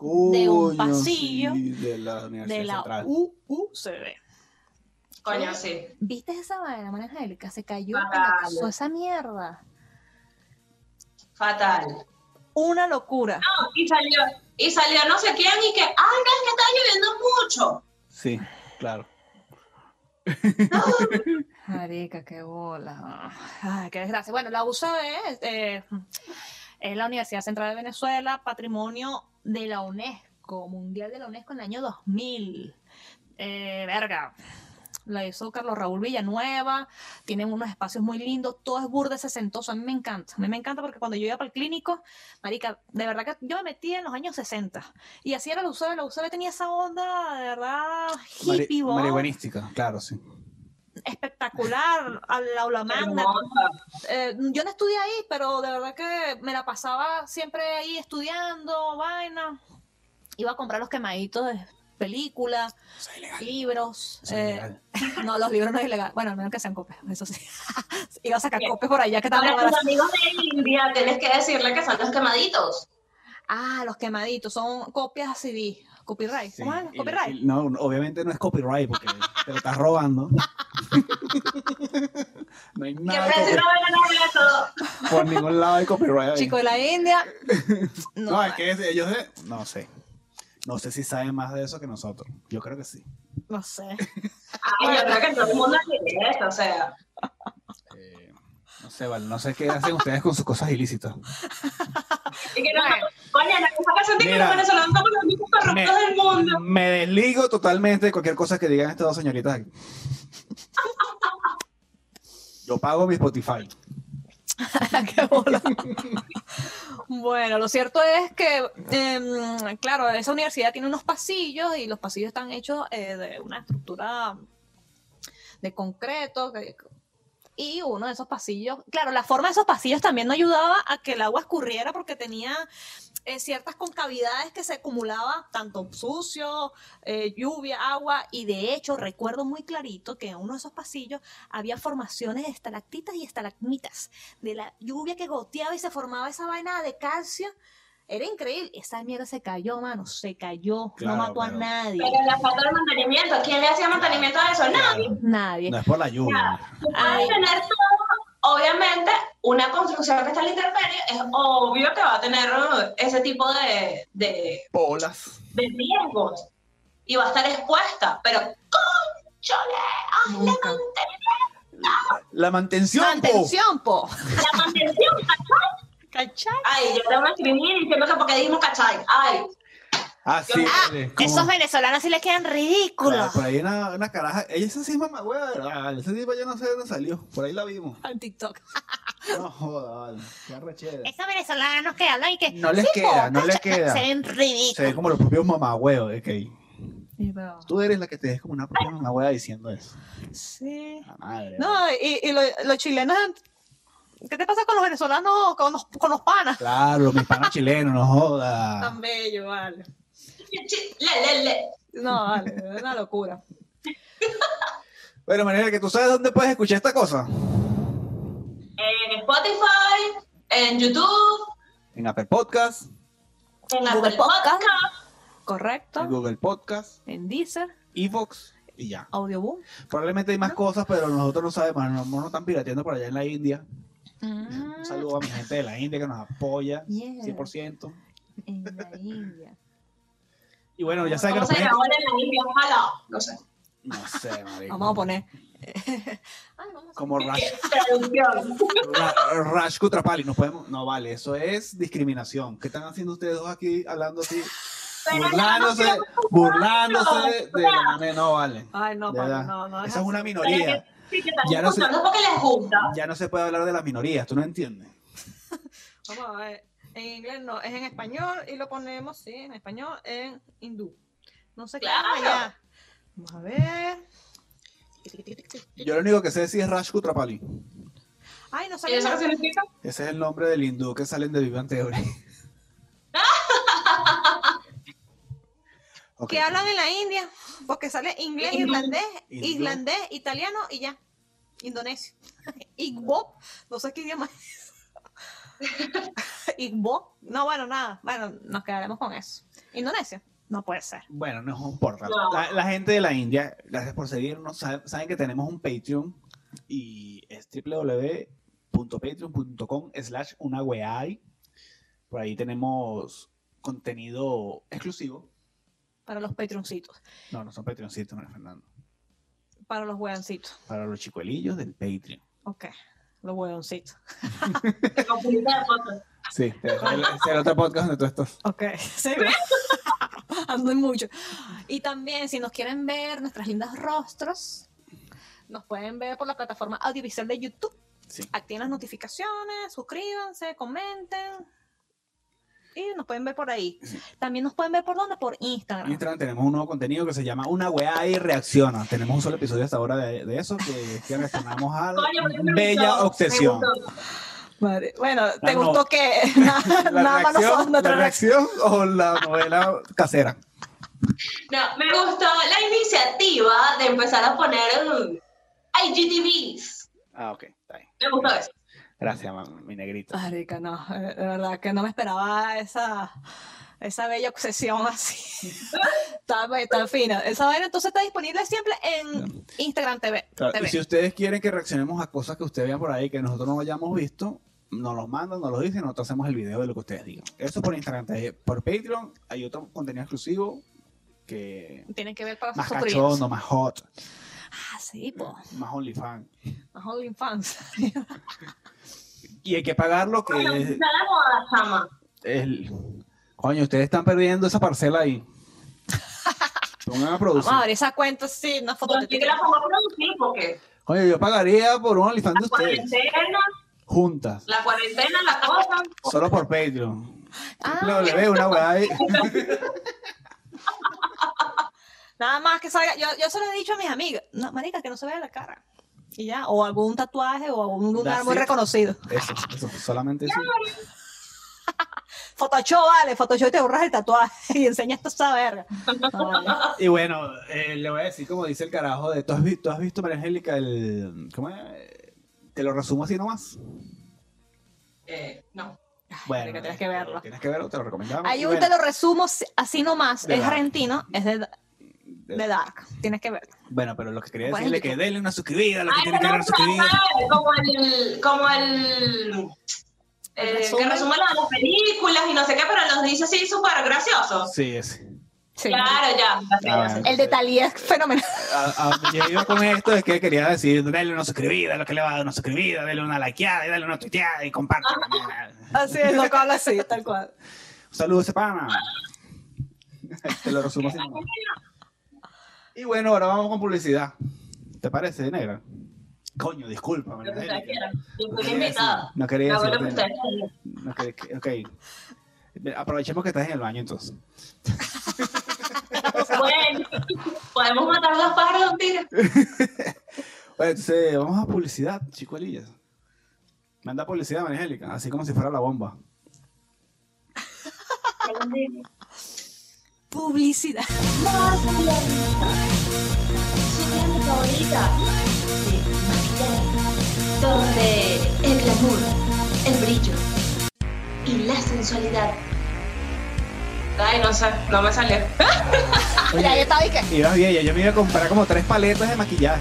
De Coño, un pasillo sí, de la Universidad de la Central. UUCB. Coño, sí. ¿Viste esa vaina, María Angélica? Se cayó, Fatal. colapsó esa mierda. Fatal. Una locura. No, y salió, y salió no sé quién y que, ay, no, es que está lloviendo mucho. Sí, claro. Marica, qué bola. Ay, qué desgracia. Bueno, la UCB es, eh, es la Universidad Central de Venezuela, patrimonio de la UNESCO, mundial de la UNESCO en el año 2000. Eh, verga. La hizo Carlos Raúl Villanueva. Tienen unos espacios muy lindos. Todo es burda, sesentoso. A mí me encanta. A mí me encanta porque cuando yo iba para el clínico, Marica, de verdad que yo me metí en los años 60. Y así era la UCB. La UCB tenía esa onda, de verdad, Mari- hippie, weón marihuanística, claro, sí. espectacular a la aula magna. Hermosa. Eh, yo no estudié ahí, pero de verdad que me la pasaba siempre ahí estudiando, vaina. Iba a comprar los quemaditos de películas, libros. Eso es eh, ilegal. no, los libros no es ilegal. Bueno, al menos que sean copias, eso sí. Iba a sacar Bien. copias por allá que estaban Ahora tus baratas. amigos de India tienes que decirle que son los quemaditos. Ah, los quemaditos, son copias CD, copyright. Sí, ¿Cómo es? y- Copyright. y- no, obviamente no es copyright porque te lo estás robando. no hay nada de Siempre decirlo copy- de eso. por ningún lado hay copyright. ahí. Chico de la India. No, no, es que es- ellos de- no sé. No sé si saben más de eso que nosotros. Yo creo que sí. no sé. Ay, yo creo que todo el mundo quiere eso, o sea. Eh, no sé, vale, no sé qué hacen ustedes con sus cosas ilícitas. Y que no, coño, en esa ocasión de que Mira. los venezolanos somos los mismos corruptos del mundo. me desligo totalmente de cualquier cosa que digan estas dos señoritas aquí. Yo pago mi Spotify. Qué bola. bueno, lo cierto es que, em, claro, esa universidad tiene unos pasillos y los pasillos están hechos eh, de una estructura de concreto. que- y uno de esos pasillos, claro, la forma de esos pasillos también no ayudaba a que el agua escurriera porque tenía eh, ciertas concavidades que se acumulaba, tanto sucio, eh, lluvia, agua, y de hecho recuerdo muy clarito que en uno de esos pasillos había formaciones de estalactitas y estalagmitas de la lluvia que goteaba y se formaba esa vaina de calcio. Era increíble. Esa mierda se cayó, mano. Se cayó. Claro, no mató a pero- nadie. Pero la falta de mantenimiento, ¿quién le hacía mantenimiento a eso? Nadie. Nadie. No es por la lluvia. Tú puedes Ay. tener todo, obviamente, una construcción que está en la intemperie, es obvio que va a tener uh, ese tipo de, de, Olas. de riesgos y va a estar expuesta, pero ¡cónchole! ¡Hazle Nunca. La mantención. oh, po. Mantención, po. la mantención! ¿cachai? ¿Cachai? Ay, yo tengo que escribir diciendo que porque dijimos cachai. Ay, Ah, sí. Ah, vale, como- Esos venezolanos sí les quedan ridículos. Por ahí una, una caraja. Ella esa sí es mamá, verdad. Ah, Esa sí yo no sé dónde salió. Por ahí la vimos. Al TikTok. No joda, vale. Qué arrechera. Esos venezolanos que hablan y que. No les Eh, "Sí, po, queda, no les cacha-". queda. Se ven Se ridículos. ven como los propios mamagüeos, ¿eh? que Sí, pero- Tú eres la que te ves como una propia mamagüea diciendo eso. Sí. La madre. vale. No, y, y lo- los chilenos. ¿Qué te pasa con los venezolanos, con los, con los panas? Claro, mis panas chilenos, no joda. Tan bello, vale. chi- le, le, le. No, vale, es una locura. Bueno, Mariela, que tú sabes dónde puedes escuchar esta cosa. En Spotify, en YouTube, En Apple Podcast, en Google Apple Podcast, en Correcto. Google Podcast, En Deezer, Evox y ya. Audioboom. Probablemente hay más cosas, pero nosotros no sabemos. Nos no están pirateando por allá en la India. Ah, Un saludo a mi gente de la India que nos apoya Yeah. 100%. En la India. Y bueno, ya saben que ¿Cómo nos se pueden... llama ahora en la India? Ojalá, no sé. No sé, marico. Vamos a poner. Ay, vamos a- Como Rash, Traducción. Ra- Rash Kutrapali. No, podemos... no vale, eso es discriminación. ¿Qué están haciendo ustedes dos aquí hablando así? Pero no, no Burlándose, quiero- burlándose de la manera. No vale. Ay, no, De Pablo, verdad. no, no. Esa es una así. minoría. Sí, que están Ya no sé- escuchando porque les gusta. Ya no se puede hablar de las minorías, tú no entiendes. Vamos a ver. En inglés no, es en español y lo ponemos, sí, en español, en hindú. No sé qué Claro. hay allá. Vamos a ver. Yo lo único que sé decir es Rash Kutrapali. Ay, no ¿Y sale eso qué nada. significa? Ese es el nombre del hindú que salen de Vivan Theory. Ok. que hablan en la India, porque sale inglés, Hindú. irlandés, Hindú. islandés, italiano y ya. Indonesio. Igbo, no sé qué idioma es. Igbo. No, bueno, nada. Bueno, nos quedaremos con eso. Indonesia. No puede ser. Bueno, no importa. No. La, la gente de la India, gracias por seguirnos. Saben, saben que tenemos un Patreon y es www.patreon.com slash una weai. Por ahí tenemos contenido exclusivo. Para los patroncitos, No, no son Patreoncitos, María Fernando. para los hueoncitos. Para los chicuelillos del Patreon. Ok, los hueoncitos. Te confundí de cosas. Sí, te- ese Este es el otro podcast donde tú estás. Ok, sí, ¿ves? Ando en mucho. Y también, si nos quieren ver nuestras lindas rostros, nos pueden ver por la plataforma audiovisual de YouTube. Sí. Activen las notificaciones, suscríbanse, comenten. Y nos pueden ver por ahí. También nos pueden ver por dónde? Por En Instagram. Instagram tenemos un nuevo contenido que se llama Una weá y reacciona. Tenemos un solo episodio hasta ahora de, de eso que, que reaccionamos a la Coño, pero me bella gustó, obsesión. me gustó. Madre- Bueno, Ah, ¿te no. gustó que nada, ¿La, nada más no reacción, son nuestra la reacción? reacción o la novela casera? No, me gustó la iniciativa de empezar a poner mm, IGTVs. Ah, ok. Está bien. Me gustó eso. Gracias, mam- mi negrito. Marica, no, eh, de verdad que no me esperaba esa, esa bella obsesión así. tan, tan fina. Esa vaina entonces está disponible siempre en Instagram TV. Claro, TV. y si ustedes quieren que reaccionemos a cosas que ustedes vean por ahí que nosotros no hayamos visto, nos los mandan, nos los dicen, nosotros hacemos el video de lo que ustedes digan. Eso por Instagram. eh, Por Patreon hay otro contenido exclusivo que Tienen que ver para sus más suscribirse. cachondo, más hot, Ah, sí, po. más OnlyFans. Más OnlyFans. Y hay que pagar lo que Bueno, es está la moda, chama. el... Coño, ustedes están perdiendo esa parcela ahí. Pongan a Vamos producir. a ver esa cuenta, sí, una foto. Yo sí que la pongo a producir porque Oye, yo pagaría por un OnlyFans de La ustedes. cuarentena, Juntas. la cuarentena, la cosa. Solo por Patreon. Ah, le veo una weá ahí. Nada más que salga. Yo, yo se lo he dicho a mis amigas. No, marica, que no se vea la cara. Y ya, o algún tatuaje o algún lugar That's muy it. reconocido. Eso, eso, solamente eso. Photoshop, vale, Photoshop te borras el tatuaje y enseñas toda esa verga. No, vale. Y bueno, eh, le voy a decir como dice el carajo de, ¿tú has, vi- tú has visto, María Angélica, el... ¿Cómo es? Te lo resumo así nomás. Eh, no. Bueno, marica, tienes que verlo. Tienes que verlo, te lo recomendamos. Y Hay un, bueno, te lo resumo si- así nomás. De es Dark. argentino, es de, de- de Dark. Tienes que verlo. Bueno, pero lo que quería ¿Cuál es decirle el que denle una suscribida, lo que Ay, tienen que pero dar no, una suscribida. ¿sabes? como el, como el eh, que Resumen. resume las, las películas y no sé qué, pero los dice así súper graciosos. Sí, es. Sí. Claro, ya. Ah, bueno. El detalle es fenomenal. A, a- ah, yo iba con esto es que quería decir, denle una suscribida, lo que le va a dar una suscribida, denle una likeada, y dale una tuiteada y compartan. Así es, lo que habla así, tal cual. Un saludo, ese pana. Te lo resumo así. nomás. Y bueno, ahora vamos con publicidad. ¿Te parece, negra? Coño, disculpa, Lo María que ustedes Angélica. quieran. No Ningún quería invitado. decir- No quería Hago lo que decirte. ustedes quieran. No quería que- ok. Aprovechemos que estás en el baño entonces. Bueno, podemos matar dos pájaros de un tiro. Bueno, entonces vamos a publicidad, chicuelillas. Manda publicidad, María Angélica, así como si fuera la bomba. Publicidad. Más Su grande favorita de maquillaje, donde el glamour, el brillo y la sensualidad. Ay, no sé, no me salió. Oye, Ya, ya estaba y que. Ibas bien, ya yo me iba a comprar como tres paletas de maquillaje.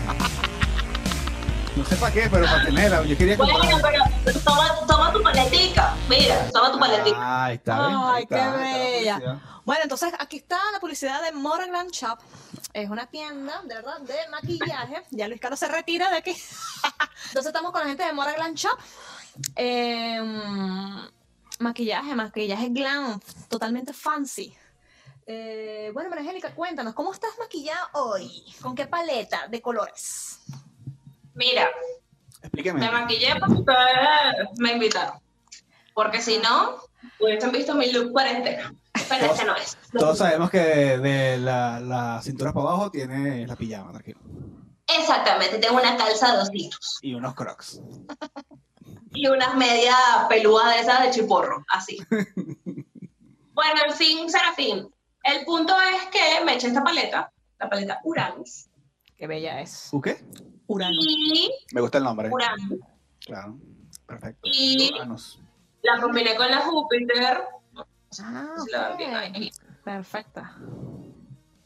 No sé para qué, pero para tenerla. Yo quería Bueno, comprar. pero toma, toma tu paletica. Mira, toma tu paletica. Ah, ahí está. ven, ahí Ay, está, qué ahí está la bella. publicidad. Bueno, entonces aquí está la publicidad de Morgan Shop. Es una tienda, de verdad, de maquillaje. Ya Luis Carlos se retira de aquí. Entonces estamos con la gente de Morgan Shop. Eh, maquillaje, maquillaje glam, totalmente fancy. Eh, bueno, María Angélica, cuéntanos, ¿cómo estás maquillada hoy? ¿Con qué paleta de colores? Mira, Explíqueme. me maquillé porque ustedes me invitaron. Porque si no, hubiesen visto mi look cuarentena. Pero ese no es. Todos sabemos que de, de la, la cintura para abajo tiene la pijama, tranquilo. Exactamente, tengo una calza de dos litros. Y unos crocs. Y unas medias peludas de esas de chiporro, así. bueno, en fin, Serafín. El punto es que me eché esta paleta, la paleta Uranus. Qué bella es. ¿U qué? Urano. Y Me gusta el nombre. Uranus. Claro. Perfecto. Y- Uranus. La combiné con la Júpiter. Ah, Sí, la ok. verdad que- Perfecta.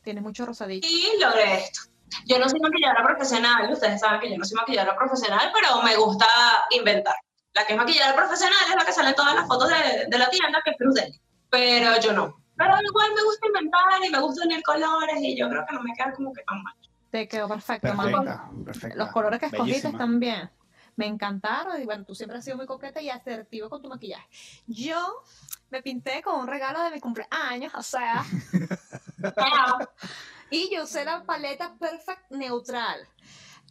Tienes mucho rosadito. y logré esto. Yo no soy maquilladora profesional, ustedes saben que yo no soy maquilladora profesional, pero me gusta inventar. La que es maquilladora profesional es la que sale en todas las fotos de, de la tienda, que es Crudeli. Pero yo no. Pero igual me gusta inventar y me gusta unir colores y yo creo que no me queda como que tan mal. Te quedó perfecto, mamá. Perfecta. perfecta. Los colores que escogiste Bellísima. están bien. Me encantaron y bueno, tú siempre has sido muy coqueta y asertiva con tu maquillaje. Yo me pinté con un regalo de mi cumpleaños, o sea, Pero, y yo usé la paleta Perfect Neutral,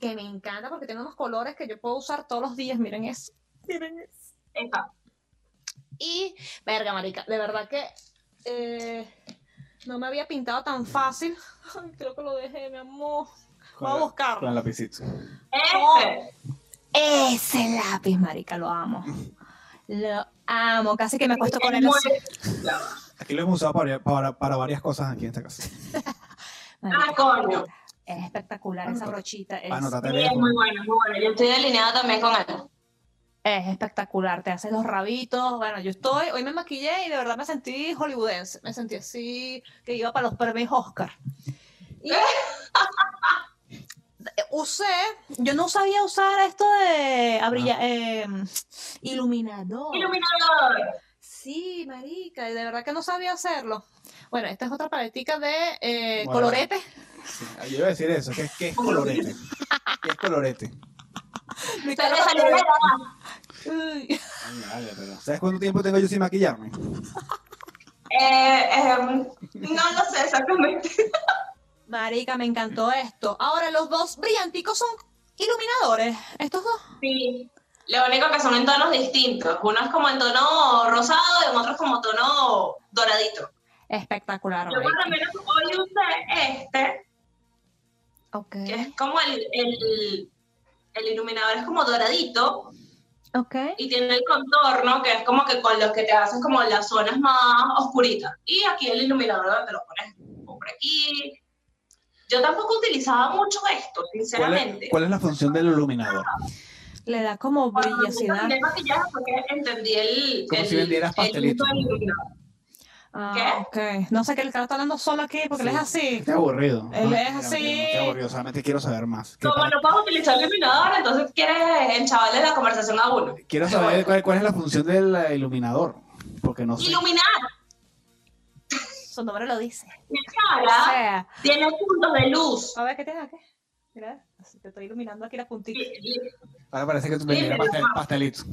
que me encanta porque tiene unos colores que yo puedo usar todos los días. Miren eso. Miren eso. esa, Y, verga, marica, de verdad que eh, no me había pintado tan fácil. Ay, creo que lo dejé, mi amor. Con Voy a la- buscarlo. Con el lapicito. este. Ese lápiz, marica, lo amo. Lo amo, casi que me acuesto con él así. Aquí lo hemos usado para, para, para varias cosas aquí en esta casa. Ah, Marica, coño. es espectacular esa brochita, es, Anota Sí, es muy teléfono. bueno, muy bueno. Yo estoy delineada también con él. es espectacular, te haces los rabitos, bueno, yo estoy, hoy me maquillé y de verdad me sentí hollywoodense, me sentí así, que iba para los premios Oscar. Y usé, yo no sabía usar esto de abrilla- eh, iluminador. Iluminador. Sí, marica, y de verdad que no sabía hacerlo. Bueno, esta es otra paletica de eh, Bueno. colorete. Sí, Ah, yo iba a decir eso, que, que es colorete. Que es colorete. Luis Se le Carlos salió la Pérez. edad. Uy, Ay, vale, pero ¿Sabes cuánto tiempo tengo yo sin maquillarme? Eh, em, no lo sé exactamente. Marica, me encantó esto. Ahora los dos brillanticos son Iluminadores, estos dos. Sí. Lo único que son en tonos distintos. Uno es como en tono rosado y otro es como tono doradito. Espectacular. Ah, Yo por lo menos hoy usé este, Ok. que es como el, el, el iluminador, es como doradito Ok. y tiene el contorno, que es como que con los que te haces como las zonas más oscuritas. Y aquí el iluminador donde lo pones por aquí. Yo tampoco utilizaba mucho esto, ¿Cuál es, sinceramente. cuál es la función del iluminador? Le da como Cuando me brillosidad. cambié maquillaje fue que entendí el, Como el- si vendieras el uso pastelitos. del iluminador. Ah, ok. No sé que el cara está hablando solo aquí porque él es así. Qué aburrido. Él No, es no, así. Qué aburrido, solamente quiero saber más. Que Como para- no puedes utilizar el iluminador, entonces quieres enchavarle la conversación a uno. Quiero saber cuál, cuál es la función del eh, iluminador, porque no sé. Iluminar, Su nombre lo dice. O enchara, sea, tiene puntos de luz. a ver qué tienes aquí. Mira, así te estoy iluminando aquí la puntita. Y- y- Ahora parece que tú me dijeras pastel, pastelitos.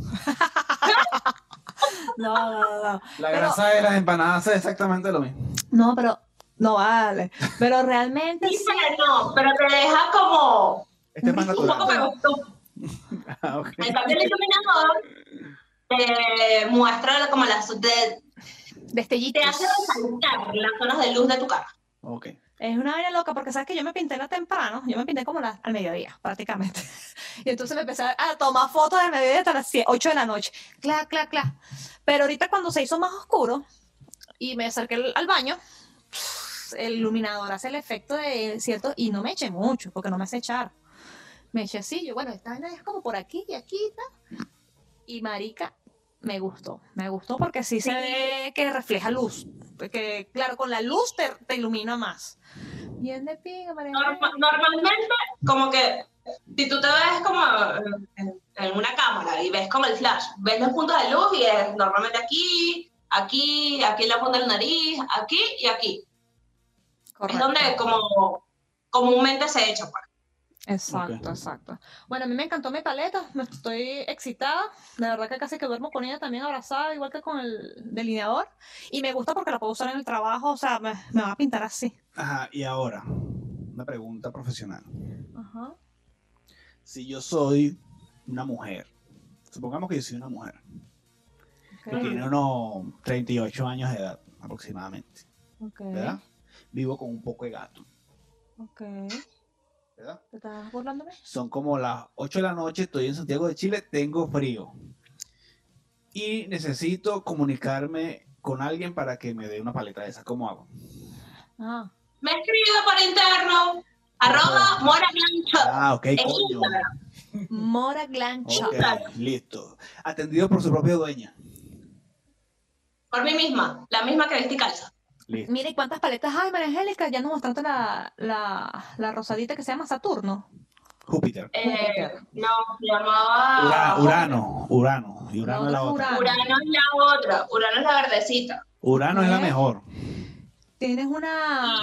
No, no, no. La Pero- grasa de las empanadas es exactamente lo mismo. No, pero no vale. Pero realmente Sí, sí. pero no, pero te deja como Este es más un poco natural. pegostoso. Ah, ok. En cambio, el iluminador te muestra como las de- te Destellitos. hace resaltar las zonas de luz de tu cara. Ok. Es una vaina loca porque sabes que yo me pinté la temprano, yo me pinté como la, al mediodía, prácticamente. Y entonces me empecé a tomar fotos del mediodía hasta las 7, 8 de la noche. Cla, cla, cla. Pero ahorita cuando se hizo más oscuro y me acerqué al, al baño, el iluminador hace el efecto de cierto, y no me eché mucho porque no me hace echar. Me eché así, yo, bueno, esta vaina es como por aquí y aquí y tal. Y marica, me gustó, me gustó porque sí se ve que refleja luz. Que claro, con la luz te, te ilumina más. Bien de pinga, María. Norma- normalmente, como que si tú te ves como en, en una cámara y ves como el flash, ves los puntos de luz y es normalmente aquí, aquí, aquí en la punta del nariz, aquí y aquí. Es donde como comúnmente se echa. pues. Exacto, exacto. Bueno, a mí me encantó mi paleta, me estoy excitada, la verdad que casi que duermo con ella también abrazada, igual que con el delineador, y me gusta porque la puedo usar en el trabajo, o sea, me, me va a pintar así. Ajá, y ahora, una pregunta profesional. Ajá. Si yo soy una mujer, supongamos que yo soy una mujer, que tiene unos 38 años de edad aproximadamente, Ok, ¿verdad? Vivo con un poco de gato, ok. ¿verdad? ¿Te estás burlándome? Son como las 8 de la noche, estoy en Santiago de Chile, tengo frío. Y necesito comunicarme con alguien para que me dé una paleta de esas. ¿Cómo hago? Ah, Me escribe por interno, arroba mora blanca. Ah, ok, en coño. Instagram. Mora Glancha. Ok, listo. Atendido por su propia dueña. Por mí misma, la misma que vestí calza. Listo. Mira, ¿y cuántas paletas hay, María Angélica? Ya nos mostraste la, la, la rosadita que se llama Saturno. Júpiter. Eh, no, se llamaba Ura- Urano, Urano. Y Urano es la otra es otra. Urano. Urano es la otra, Urano es la verdecita. Urano es la ¿Eh? mejor. Tienes una...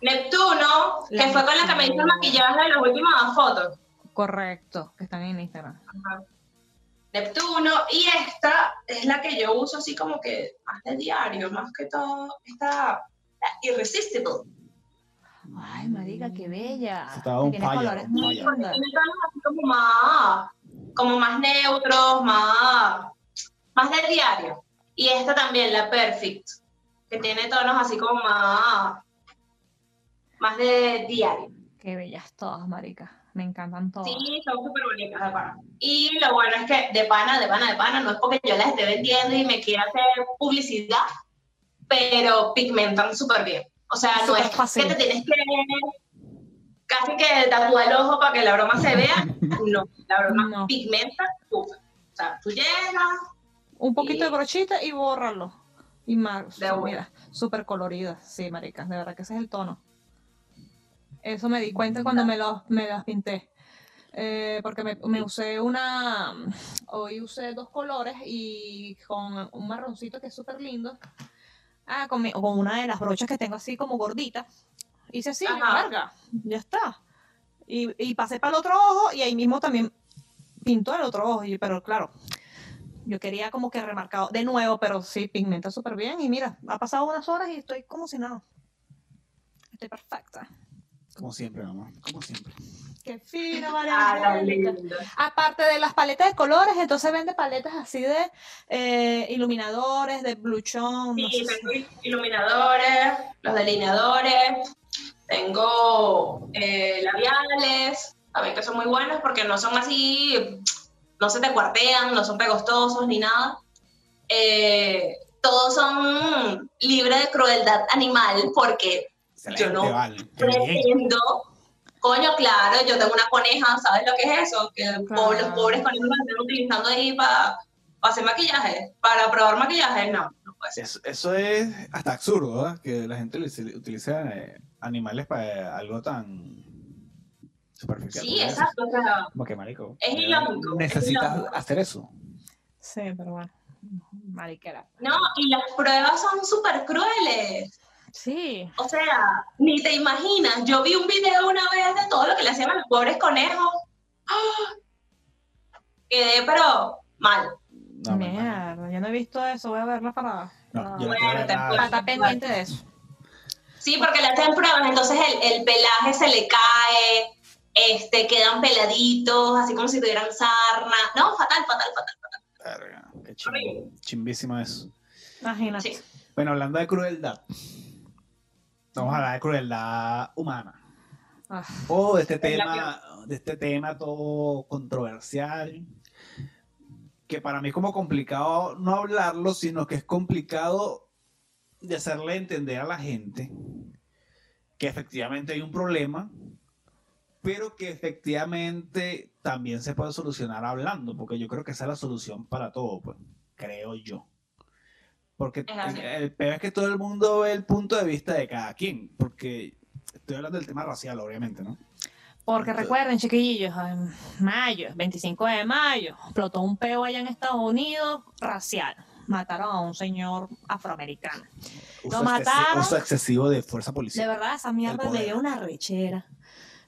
Neptuno, La que fue con la que me hizo el Neptuno. maquillaje en las últimas fotos. Correcto, que están en Instagram. Neptuno, y esta es la que yo uso así como que más de diario, más que todo. Esta, la Irresistible. Ay, marica, qué bella. Se estaba on Ah, Tiene fire, colores on muy fire. Porque lindos. tiene tonos así como más, como más neutros, más, más de diario. Y esta también, la Perfect, que tiene tonos así como más, más de diario. Qué bellas todas, marica. Me encantan todas. Sí, son súper bonitas, de pana. Y lo bueno es que de pana, de pana, de pana, no es porque yo las esté vendiendo y me quiera hacer publicidad, pero pigmentan súper bien. O sea, no Súper es fácil. que te tienes que casi que tatuar el ojo para que la broma se vea. No, la broma No. pigmenta súper. O sea, tú llegas, Un poquito de brochita y bórralo. Y más, De una. mira, súper colorida. Sí, marica, de verdad que ese es el tono. Eso me di Mm, cuenta cuando me, los, me las pinté. Eh, porque me, me usé una, hoy usé dos colores y con un marroncito que es súper lindo. Ah, con, mi- con una de las brochas que tengo así como gordita. Hice así, Ajá. larga, ya está. Y, y pasé para el otro ojo y ahí mismo también pintó el otro ojo. y- Pero claro, yo quería como que remarcado de nuevo, pero sí, pigmenta súper bien. Y mira, ha pasado unas horas y estoy como si nada. Estoy perfecta. Como siempre, mamá. Como siempre. Qué fino, María Ah, la Angélica. linda. Aparte de las paletas de colores, entonces vende paletas así de eh, iluminadores, de bluchón. no Sí, sé si- tengo iluminadores, los delineadores, tengo eh, labiales, también que son muy buenos porque no son así, no se te cuartean, no son pegostosos ni nada. Eh, todos son libres de crueldad animal porque Excelente, no- vale. Qué bien. pretendo, coño, claro, yo tengo una coneja, ¿sabes lo que es eso? Que pobres, los pobres conejos las están utilizando ahí para hacer maquillaje, para probar maquillaje, no, no puede ser. Eso, eso es hasta absurdo, ¿verdad? Que la gente le- se- utiliza eh, animales para algo tan superficial. Sí, como eso. exacto, o sea, Como que marico. Es eh, ilógico, es Necesitas ilógico. hacer eso. Sí, pero bueno. Mariquera. No, y las pruebas son súper crueles. Sí. O sea, ni te imaginas. Yo vi un video una vez de todo lo que le hacían a los pobres conejos. ¡Ah! Quedé, pero mal. No, me imagino. Mierda, yo no he visto eso, voy a verlo para... No, yo no para- quiero ver Fuerte, nada de para eso. estar pendiente de eso. Sí, porque le hacen pruebas, entonces el, el pelaje se le cae, este, quedan peladitos, así como si tuvieran sarna. No, fatal, fatal, fatal. Verga, Qué Horrible. chim- chimbísimo eso. Imagínate. Sí. Bueno, hablando de crueldad. Vamos a hablar de crueldad humana. Ah. O de este Es la tema, de este tema todo controversial. Que para mí es como complicado no hablarlo, sino que es complicado de hacerle entender a la gente que efectivamente hay un problema, pero que efectivamente también se puede solucionar hablando, porque yo creo que esa es la solución para todo, pues, creo yo. Porque Es así. el peor es que todo el mundo ve el punto de vista de cada quien, porque estoy hablando del tema racial, obviamente, ¿no? Porque recuerden, chiquillos, en mayo, 25 de mayo, explotó un peo allá en Estados Unidos racial. Mataron a un señor afroamericano. Uso, Lo excesi- mataron. uso excesivo de fuerza De policial. verdad, esa mierda El me poder. dio una rechera.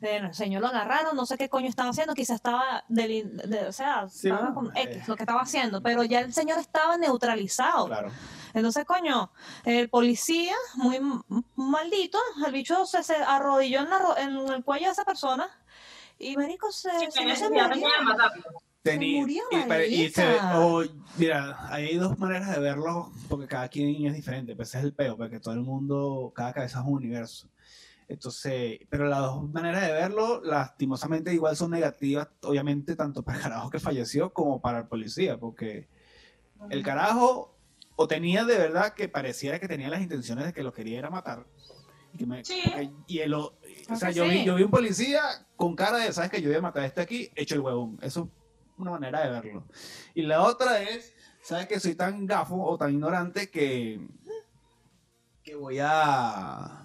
Bueno, el señor lo agarraron, no sé qué coño estaba haciendo, quizás estaba, delin- de- o sea, Sí, estaba bueno, con eh. X, lo que estaba haciendo, pero ya el señor estaba neutralizado. Claro. Entonces, coño, el policía, muy m- maldito, el bicho se, se arrodilló en, la ro- en el cuello de esa persona y Marico se, Sí, se, que se necesidad murió. tenía de matarlo. Tení- murió, y, pare- y se- marica. o, mira, hay dos maneras de verlo, porque cada quien es diferente, pues ese es el peo, porque todo el mundo, cada cabeza es un universo. Entonces, pero las dos maneras de verlo, lastimosamente, igual son negativas, obviamente, tanto para el carajo que falleció como para el policía, porque el carajo o tenía de verdad que pareciera que tenía las intenciones de que lo quería era matar. Y, que me- Sí. porque- y el o- o sea, que yo, vi, sí. yo vi un policía con cara de, ¿sabes que Yo voy a matar a este aquí, hecho el huevón. Eso es una manera de verlo. Y la otra es, ¿sabes que Soy tan gafo o tan ignorante que, que voy a...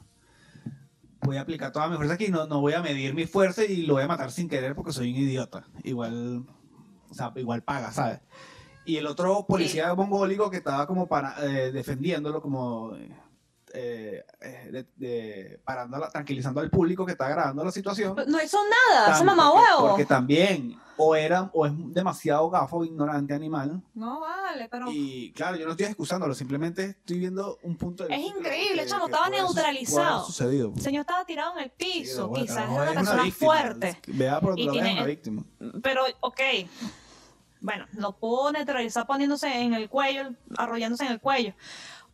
Voy a aplicar toda mi fuerza aquí, no, no voy a medir mi fuerza y lo voy a matar sin querer porque soy un idiota. Igual, o sea, igual paga, ¿sabes? Y el otro policía mongólico que estaba como para, eh, defendiéndolo, como eh, eh, de- de- parando la- tranquilizando al público que está grabando la situación. No hizo nada, ese Tan- mamá porque- huevo. Porque también, o, era, o es demasiado gafo, ignorante, animal. No vale, pero Y claro, yo no estoy excusándolo, simplemente estoy viendo un punto de Es vista que- increíble, que- chamo, que estaba puede su- puede haber neutralizado. sucedido. el señor estaba tirado en el Sí, piso, bueno, quizás no, es una es persona víctima, fuerte. Vea por otro Y lado, es tiene- una víctima. Pero, ok, bueno, lo pudo neutralizar poniéndose en el cuello, arrollándose en el cuello.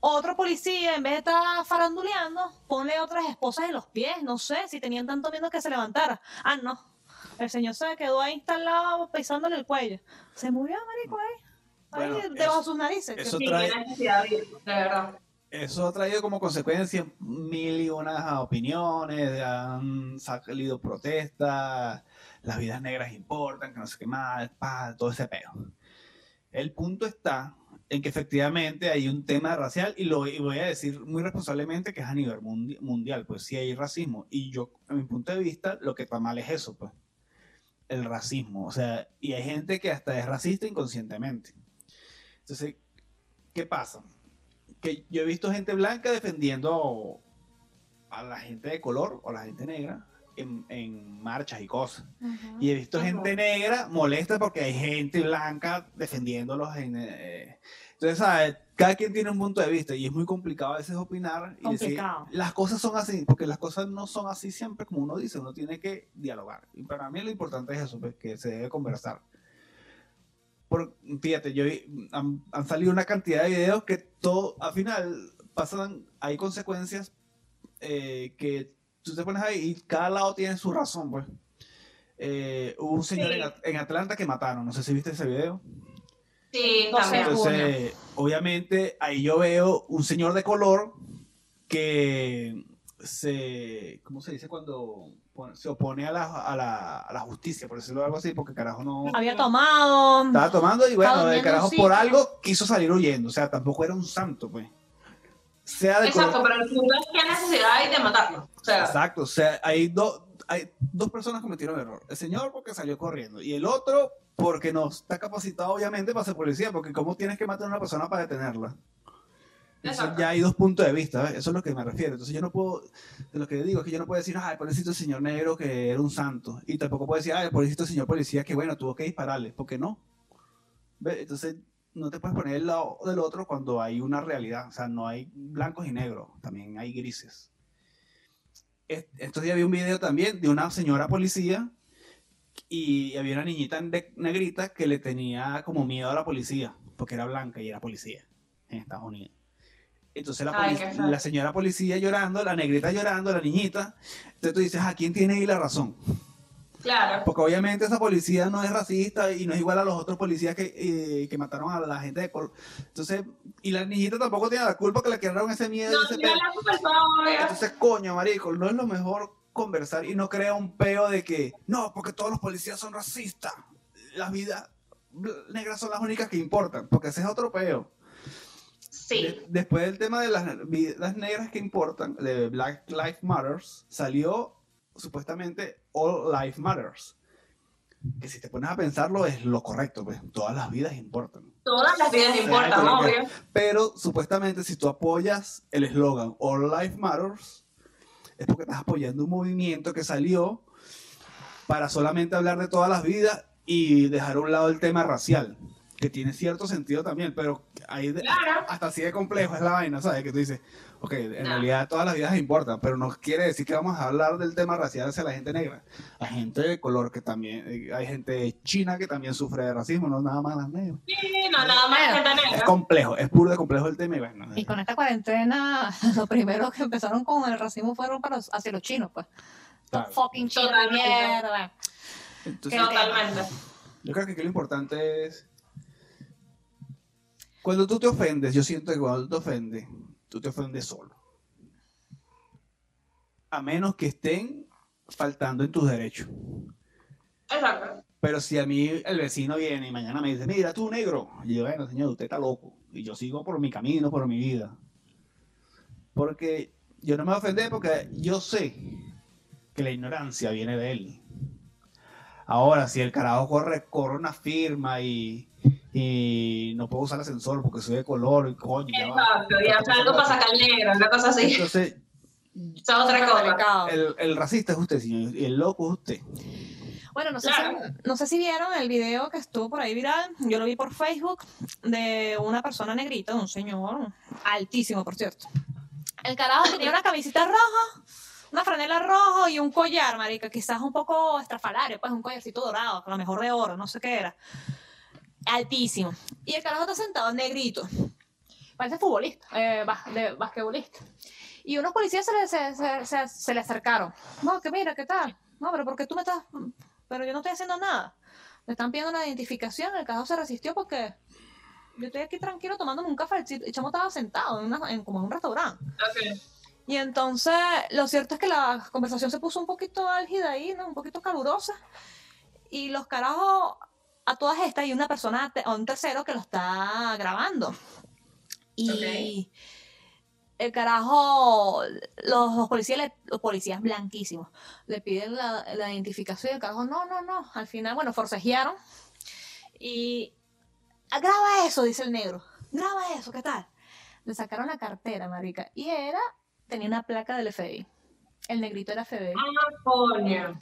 Otro policía, en vez de estar faranduleando, ponle otras esposas en los pies, no sé, si tenían tanto miedo que se levantara. Ah, no, el señor se quedó ahí instalado pisándole el cuello. Se murió, marico, ahí, ahí Bueno, debajo de eso- sus narices. eso Sí, trae- qué necesidad de de verdad. Eso ha traído como consecuencia mil y unas opiniones, han salido protestas, las vidas negras importan, que no sé qué más, pa, todo ese pedo. El punto está en que efectivamente hay un tema racial y lo y voy a decir muy responsablemente que es a nivel mundi- mundial, pues sí hay racismo. Y yo, a mi punto de vista, lo que está mal es eso, pues, el racismo. O sea, y hay gente que hasta es racista inconscientemente. Entonces, ¿qué pasa? que yo he visto gente blanca defendiendo a la gente de color o a la gente negra en, en marchas y cosas. Y he visto Ajá. gente negra molesta porque hay gente blanca defendiéndolos. En, eh, entonces, ¿sabes? cada quien tiene un punto de vista y es muy complicado a veces opinar y decir Complicado. las cosas son así, porque las cosas no son así siempre como uno dice, uno tiene que dialogar. Y para mí lo importante es eso, pues, que se debe conversar. Por, fíjate, yo vi- han, han salido una cantidad de videos que todo, al final, pasan, hay consecuencias eh, que tú te pones ahí y cada lado tiene su razón, pues. Eh, hubo un señor Sí. en At- en Atlanta que mataron, no sé si viste ese video. Sí, O sea, también. Entonces, obviamente, ahí yo veo un señor de color que se, ¿cómo se dice cuando pon- se opone a la, a la, a la justicia, por decirlo algo así, porque carajo no Había tomado. estaba tomando y bueno, Estaba de durmiendo carajo un por sitio. algo quiso salir huyendo, o sea, tampoco era un santo, pues. Sea de color- Exacto, pero el punto es que necesidad hay de matarlo. O sea, Exacto, o sea, hay, dos hay dos personas cometieron error. El señor porque salió corriendo y el otro porque no está capacitado obviamente para ser policía, porque cómo tienes que matar a una persona para detenerla. Entonces, Exacto. ya hay dos puntos de vista, ¿ves? eso es lo que me refiero. Entonces yo no puedo, de lo que yo digo es que yo no puedo decir, ay, pobrecito señor negro que era un santo. Y tampoco puedo decir, ay, pobrecito señor policía que bueno, tuvo que dispararle, porque no. ¿Ves? Entonces no te puedes poner del lado del otro cuando hay una realidad. O sea, no hay blancos y negros, también hay grises. Es- Estos días vi un video también de una señora policía y había una niñita ne- negrita que le tenía como miedo a la policía, porque era blanca y era policía en Estados Unidos. Entonces la, Ay, polic- qué feo. la señora policía llorando, la negrita llorando, la niñita. Entonces tú dices, ¿a quién tiene ahí la razón? Claro. Porque obviamente esa policía no es racista y no es igual a los otros policías que, eh, que mataron a la gente de color. Entonces, y la niñita tampoco tiene la culpa que le crearon ese miedo No, y ese yo pe- la culpa, obvio. Entonces, coño, marico, no es lo mejor conversar y no crea un peo de que, no, porque todos los policías son racistas. Las vidas bl- negras son las únicas que importan, porque ese es otro peo. Sí. De- después del tema de las vidas negras que importan, de Black Lives Matters, salió supuestamente All Life Matters. Que si te pones a pensarlo es lo correcto, pues todas las vidas importan. Todas las vidas importan, como que- obvio. Pero supuestamente si tú apoyas el eslogan All Life Matters, es porque estás apoyando un movimiento que salió para solamente hablar de todas las vidas y dejar a un lado el tema racial, que tiene cierto sentido también, pero ahí de- Claro. hasta así de complejo es la vaina, ¿sabes? Que tú dices, ok, en No. realidad todas las vidas importan, pero no quiere decir que vamos a hablar del tema racial hacia la gente negra. Hay gente de color que también, eh, hay gente de China que también sufre de racismo, no nada más las negras. Sí, no, nada más gente Es negra. complejo, es puro de complejo el tema y bueno. Y con esta cuarentena, los primeros que empezaron con el racismo fueron para los- hacia los chinos, pues. Claro. Fucking chinos de Totalmente. mierda. Entonces, Totalmente. yo creo que aquí lo importante es. Cuando tú te ofendes, yo siento que cuando tú te ofendes, tú te ofendes solo. A menos que estén faltando en tus derechos. Exacto. Pero si a mí el vecino viene y mañana me dice, mira, tú negro. Y yo, bueno, señor, usted está loco. Y yo sigo por mi camino, por mi vida. Porque yo no me voy a ofender porque yo sé que la ignorancia viene de él. Ahora, si el carajo corre, corre una firma y, y no puedo usar el ascensor porque soy de color, y coño, ya va. Exacto. Y hace algo para sacar negro, una cosa así. Entonces, Esa es otra cosa. Complicado. el, el racista es usted, señor, y el loco es usted. Bueno, no sé, Claro. si, no sé si vieron el video que estuvo por ahí viral. Yo lo vi por Facebook de una persona negrita, un señor altísimo, por cierto. El carajo tenía una camisita roja, una franela roja y un collar, marica, quizás un poco estrafalario, pues un collarcito dorado, a lo mejor de oro, no sé qué era. Altísimo. Y el carajo está sentado negrito. Parece futbolista, eh, bas- de basquetbolista. Y unos policías se le, se, se- se- se le acercaron. No, que mira, ¿qué tal? No, pero porque tú me estás... Pero yo no estoy haciendo nada. Me están pidiendo una identificación, el caso se resistió porque yo estoy aquí tranquilo tomándome un café. El chamo estaba sentado en una- en- como en un restaurante. Ok. Y entonces, lo cierto es que la conversación se puso un poquito álgida ahí, ¿no? Un poquito calurosa. Y los carajos, a todas estas, hay una persona te- o un tercero que lo está grabando. Y Ok. el carajo, los, los policías, le- los policías blanquísimos, le piden la, la identificación y el carajo, no, no, no. Al final, bueno, forcejearon. Y "Ah, graba eso, dice el negro. Graba eso, ¿qué tal? Le sacaron la cartera, marica. Y era tenía una placa del FBI. El negrito era FBI. Ah, coño.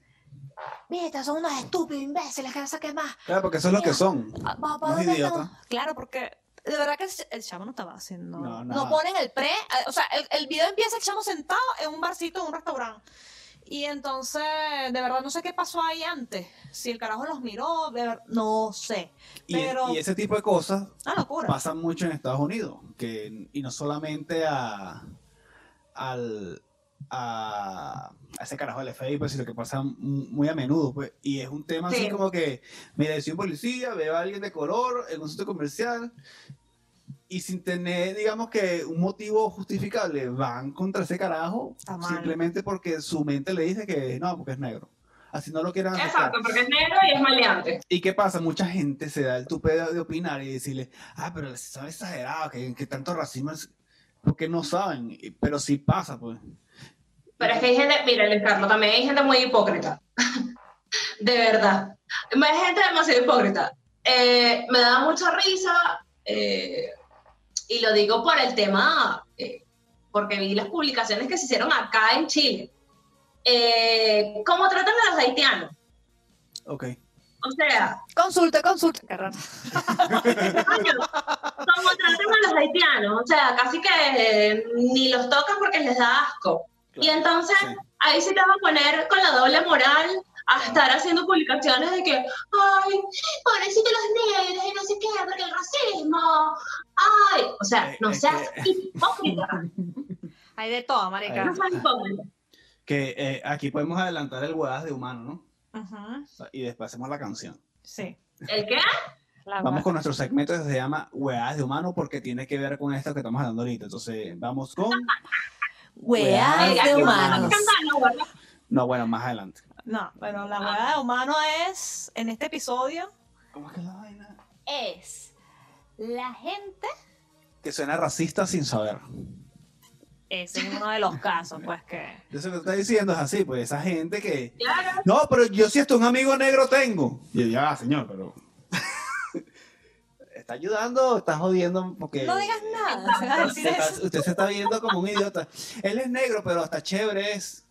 Mira, son unos estúpidos imbéciles que no saquen más. Claro, porque eso es lo que son. Ah, pa- pa- Unos ¿dónde idiotas. están? Claro, porque de verdad que el chamo no estaba haciendo. No, No, nada. ponen el pre. eh, O sea, el, el video empieza el chamo sentado en un barcito, en un restaurante. Y entonces, de verdad, no sé qué pasó ahí antes. Si el carajo los miró, de ver- no sé. Y, Pero- y ese tipo de cosas Una locura. pasan mucho en Estados Unidos. Que, y no solamente a, al, a, a ese carajo del FBI, pues, sino que pasa m- muy a menudo. Pues. Y es un tema así Sí. como que, mira, si un policía veo a alguien de color en un centro comercial y sin tener, digamos que, un motivo justificable, van contra ese carajo Está mal. simplemente porque su mente le dice que no, porque es negro. Así no lo quieran aceptar. Exacto, porque es negro y es maleante. ¿Y qué pasa? Mucha gente se da el tupe de, de opinar y decirle, ah, pero son exagerados, que, que tanto racismo es... Porque no saben, y- pero sí pasa, pues. Pero es que hay gente, miren, Carlos, también hay gente muy hipócrita. De verdad. Hay gente demasiado hipócrita. Eh, me da mucha risa, eh, y lo digo por el tema, eh, porque vi las publicaciones que se hicieron acá en Chile. Eh, ¿Cómo tratan a los haitianos? Ok. O sea, Consulta, consulta. Qué raro. coño, ¿cómo tratan a los haitianos? O sea, casi que eh, ni los tocan porque les da asco. Y entonces Sí. ahí sí te vas a poner con la doble moral a estar haciendo publicaciones de que, ay, pobrecito los negros y no sé qué, porque el racismo, ay, o sea, Eh, no es seas que- hipócrita, Hay de todo, marica. Ay. no seas hipócrita. Que eh, aquí podemos adelantar el huevadas de humano, ¿no? Ujú, Y después hacemos la canción. Sí. ¿El qué? La Vamos verdad. con nuestro segmento que se llama Huevadas de humano porque tiene que ver con esto que estamos hablando ahorita. Entonces, vamos con... Weas Ay, Weas aquí de no humanos. estás cantando, ¿verdad? No, bueno, más adelante. No, bueno, la hueá de humano es, en este episodio, ¿Cómo es que es la vaina? es la gente Que suena racista sin saber. Ese es uno de los casos, pues que. Eso que tú estás diciendo es así, pues esa gente que... Claro. No, pero yo si hasta un amigo negro tengo. Y yo, ya, señor, pero. ¿Está ayudando o está jodiendo? Porque. No digas nada, se va a decir Usted, eso. está- usted se está viendo como un idiota. Él es negro, pero hasta chévere es.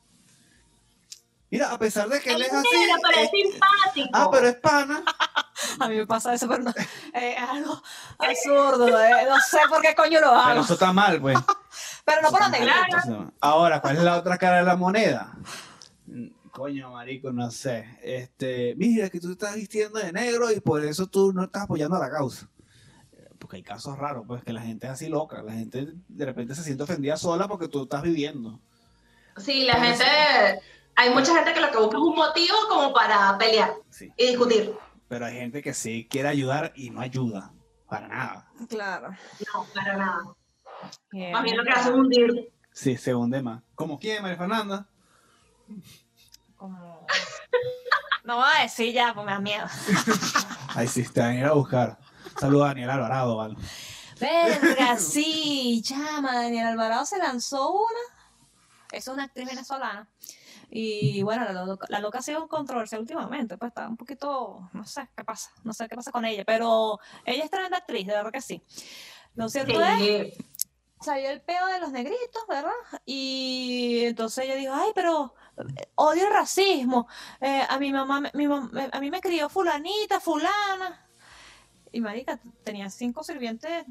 Mira, a pesar de que El él es así. negro, pero es eh, simpático. ah, pero es pana. A mí me pasa eso, pero no. eh, es algo absurdo, eh, no sé por qué coño lo Pero hago. eso está mal, pues. Ah, Pero no por donde Claro. Ahora, ¿cuál es la otra cara de la moneda? Mm, Coño, marico, no sé. Este, mira, que tú te estás vistiendo de negro y por eso tú no estás apoyando a la causa. Eh, Porque hay casos raros, pues, que la gente es así loca. La gente de repente se siente ofendida sola porque tú estás viviendo. Sí, la gente, hay mucha gente que lo que busca es un motivo como para pelear Sí. y discutir. Pero hay gente que sí quiere ayudar y no ayuda. Para nada. Claro. No, para nada. Más bien lo que hacen es hundir. Sí, se hunde más. ¿Cómo quién, María Fernanda? Como- No va a decir ya, pues me da miedo. Ahí sí, te van a ir a buscar. Saluda a Daniel Alvarado, ¿vale? Verga, sí, chama, Daniel Alvarado se lanzó una. Es una actriz venezolana. Y bueno, la loca, la loca ha sido en controversia últimamente, pues está un poquito, no sé qué pasa, no sé qué pasa con ella, pero ella es tremenda actriz, de verdad que sí. Lo cierto es Sí. salió el peo de los negritos, ¿verdad? Y entonces ella dijo, ay, pero eh, odio el racismo. Eh, a mi mamá, me- mi mam- me- a mí me crió fulanita, fulana. Y marica, t- tenía cinco sirvientes,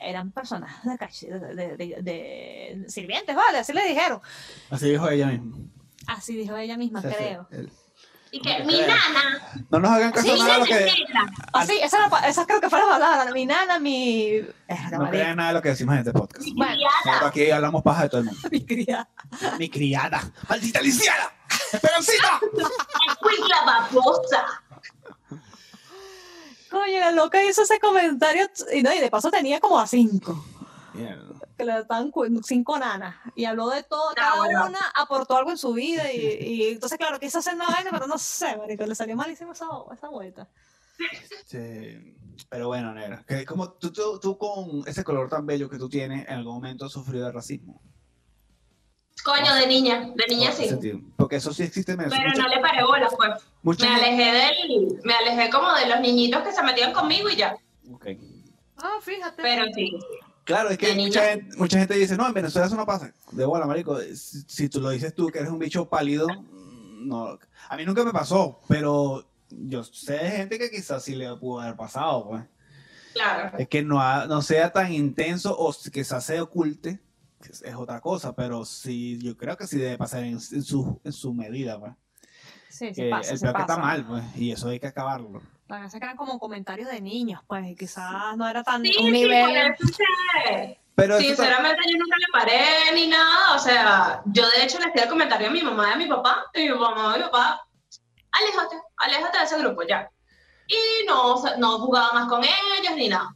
eran personas de, calle, de, de- de- de- sirvientes, ¿vale? Así le dijeron. Así dijo ella misma. Así dijo ella misma, Sí, sí, creo. él. Y que mi nana, No nos hagan caso mi nada de nana lo es que... negra. Así, esa, era pa- esa creo que fue la palabra. Mi nana, mi... Verga, No marica, crean nada de lo que decimos en este podcast. Bueno. Criada. Nosotros aquí hablamos paja de todo el mundo. mi criada. Mi criada, maldita lisiada, esperancita. la babosa. Coño, la loca hizo ese comentario t- y, no, y de paso tenía como a cinco. Mierda. que le estaban cu- cinco nanas y habló de todo, Ah, cada bueno. una aportó algo en su vida y, y entonces claro quiso hacer una vaina pero no sé marico le salió malísimo esa, esa vuelta Este, pero bueno, negra, que como tú, tú, tú con ese color tan bello que tú tienes, en algún momento has sufrido de racismo. Coño, de niña, de niña Por ese sí. sentido. Porque eso sí existe en Venezuela. Pero no Mucha- le paré bola, pues. mucha Me gente- alejé del, me alejé como de los niñitos que se metían conmigo y ya. Ok. ah fíjate Pero sí. Claro, es que De niña. mucha gente, mucha gente dice, no, en Venezuela eso no pasa. De bola, marico, eh, si, si tú lo dices tú, que eres un bicho pálido, mm, no. A mí nunca me pasó, pero yo sé de gente que quizás sí le pudo haber pasado, pues. Claro. Es que no, ha- no sea tan intenso o s- quizás se oculte, que es, es otra cosa, pero sí, yo creo que sí debe pasar en, en su, en su medida, pues. Sí, Que se pasa, Eh, el se peor que pasa. está mal, pues, y eso hay que acabarlo. La verdad es que eran como comentarios de niños, pues, y quizás no era tan Sí, un sí, nivel. por eso sé. Pero eso ta- Sinceramente yo nunca le paré ni nada, o sea, yo de hecho le hacía el comentario a mi mamá y a mi papá, y mi mamá y mi papá, aléjate, aléjate de ese grupo ya. Y no, o sea, no jugaba más con ellos ni nada.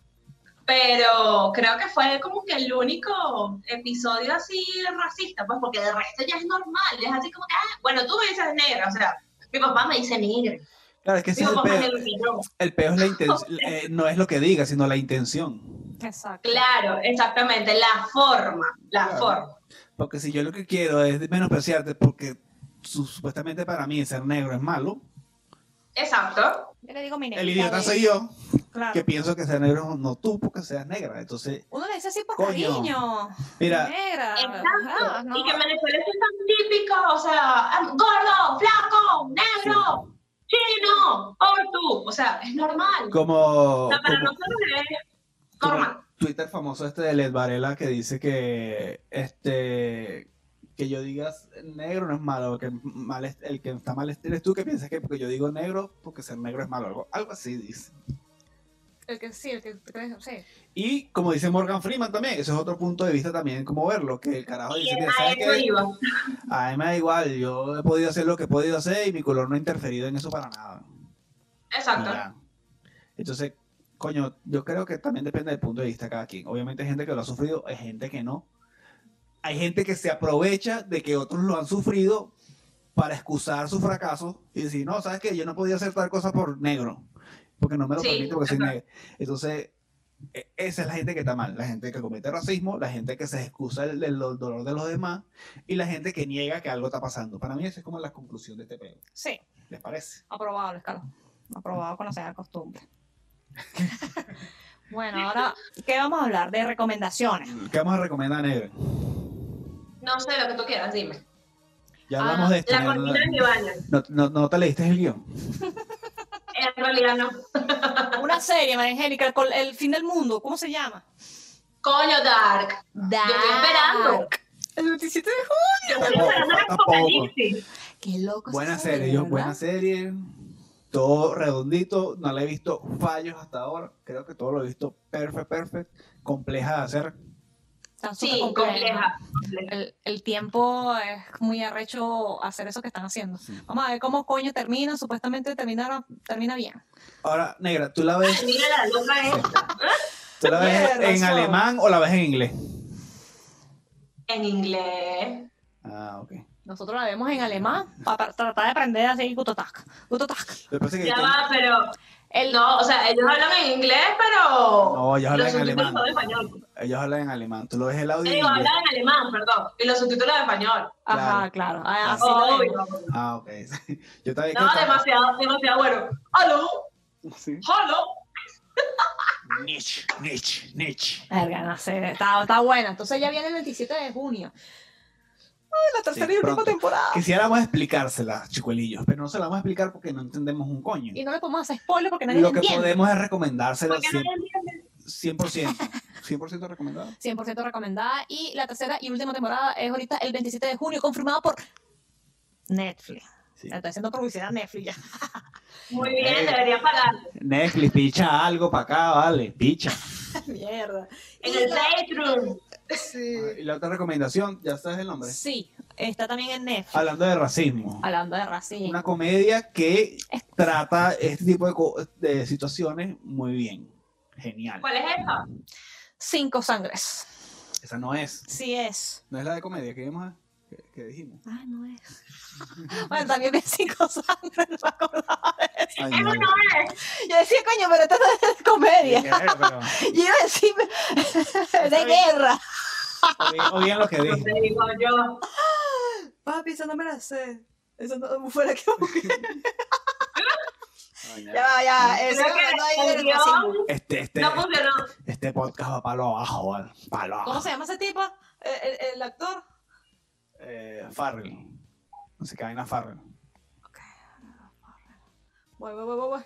Pero creo que fue como que el único episodio así racista, pues porque de resto ya es normal, es así como que, ah, bueno, tú me dices negra, o sea, mi papá me dice negra, claro, es que ese mi es el papá me peor. lo quitó. El peor es la intención, eh, no es lo que diga, sino la intención. Exacto. Claro, exactamente, la forma, la Claro. forma. Porque si yo lo que quiero es menospreciarte porque su- supuestamente para mí ser negro es malo, Exacto. Yo le digo mi el negrita idiota de- soy yo, Claro. que pienso que ser negro no tú porque seas negra. Entonces, Uno le dice así por Coño. cariño. Mira. Negra. Exacto. Ah, no. Y que en Venezuela eso es tan típico, o sea, ah, gordo, flaco, negro, chino, ortu, o sea, es normal. como, O sea, para como- nosotros es como normal. Twitter famoso este de Led Varela que dice que este que yo digas negro no es malo, que mal es- el que está mal eres tú que piensas que porque yo digo negro porque ser negro es malo, algo, algo así dice. El que sí, el que crees, sí. Y como dice Morgan Freeman también, ese es otro punto de vista también, como verlo, que el carajo Y dice, mira, a ¿sabes eso qué? iba. A mí me da igual, yo he podido hacer lo que he podido hacer y mi color no ha interferido en eso para nada. Y Exacto. ya. Entonces, coño, yo creo que también depende del punto de vista de cada quien. Obviamente hay gente que lo ha sufrido, hay gente que no. Hay gente que se aprovecha de que otros lo han sufrido para excusar su fracaso y decir, no, ¿sabes qué? Yo no podía hacer tal cosa por negro, porque no me lo Sí, permite porque soy ajá. negro. Entonces, e- esa es la gente que está mal, la gente que comete racismo, la gente que se excusa el, el dolor de los demás y la gente que niega que algo está pasando. Para mí esa es como la conclusión de este pedo. Sí, ¿Les parece? aprobado, Escalo. Aprobado cuando sea costumbre. bueno, ahora, ¿qué vamos a hablar? De recomendaciones. ¿Qué vamos a recomendar, negro? No sé lo que tú quieras, dime. Ya hablamos de esto. Ah, La negro, cortina de mi no- baño. no, no, no te leíste el guión. En realidad no. Una serie, María Angélica, con el fin del mundo, ¿cómo se llama? Coño, Dark. Yo estoy esperando. El 27 de Yo estoy Tampoco, esperando el tampoco. apocalipsis. junio. Qué loco. Buena esa serie, yo, ¿verdad? buena serie. Todo redondito, no le he visto fallos hasta ahora. Creo que todo lo he visto perfect, perfect. Compleja de hacer. Tan súper Sí, compleja. El, el tiempo es muy arrecho hacer eso que están haciendo. Vamos a ver cómo coño termina. Supuestamente termina, termina bien. Ahora, negra, ¿tú la ves, Mira la loca esta. tú la ves Tienes en razón. alemán o la ves en inglés? En inglés. Ah, ok. Nosotros la vemos en alemán para tratar de aprender así gutotac, gutotac. Lo que pasa es que Ya ten- va, pero El, No, o sea, ellos hablan en inglés, pero. No, ellos los hablan en subtítulos alemán. son en español. ellos hablan en alemán. Tú lo ves el audio en Ellos inglés. hablan en alemán, perdón. Y los subtítulos en español. ajá, claro. Ah, así lo vemos. Oh, Obvio. Ah, ok. Yo estaba No, demasiado, demasiado bueno. ¡Halo! ¡Halo! Niche, niche, niche. Verga, no sé, está, está buena. Entonces ya viene el 27 de junio. Ay, la tercera Sí, y última pronto. temporada. Quisiéramos explicársela, chicuelillos, pero no se la vamos a explicar porque no entendemos un coño. Y no le podemos hacer spoiler porque nadie Lo que entiende. podemos es recomendársela ¿Por qué no cien- le entiendes? 100%. 100% recomendado. 100% recomendada. Y la tercera y última temporada es ahorita el 27 de junio, confirmada por Netflix. Sí. Le Estoy haciendo publicidad a Netflix ya. Muy bien, deberían pagar. Netflix, picha algo para acá, vale, picha. Mierda. En Y el la- Patreon. Y la otra recomendación, ya sabes el nombre. Sí, está también en Netflix. Hablando de racismo. Hablando de racismo. Una comedia que trata este tipo de, co- de situaciones muy bien. Genial. ¿Cuál es esa? Cinco sangres. Esa no es. Sí es. No es la de comedia que vimos, que, que dijimos. Ah, no es. bueno, también es cinco sangres, no me acordaba de eso. Ay, Eso no. no es. Yo decía, coño, pero esto no es de comedia. Tiene que ver, pero- Yo iba a decir de bien. guerra. o bien- O bien lo que No dije. te digo yo. Papi, eso no me la sé. Eso no fue la que Ay, no. Ya, va, ya, eso Creo no hay que el del racismo. guión Este, este, no funcionó. este podcast va para lo abajo, vale. Para lo abajo. ¿Cómo se llama ese tipo? ¿El, el- el actor? Eh, Farrell. No sé qué vaina Farrell. Voy, voy, voy, voy, voy.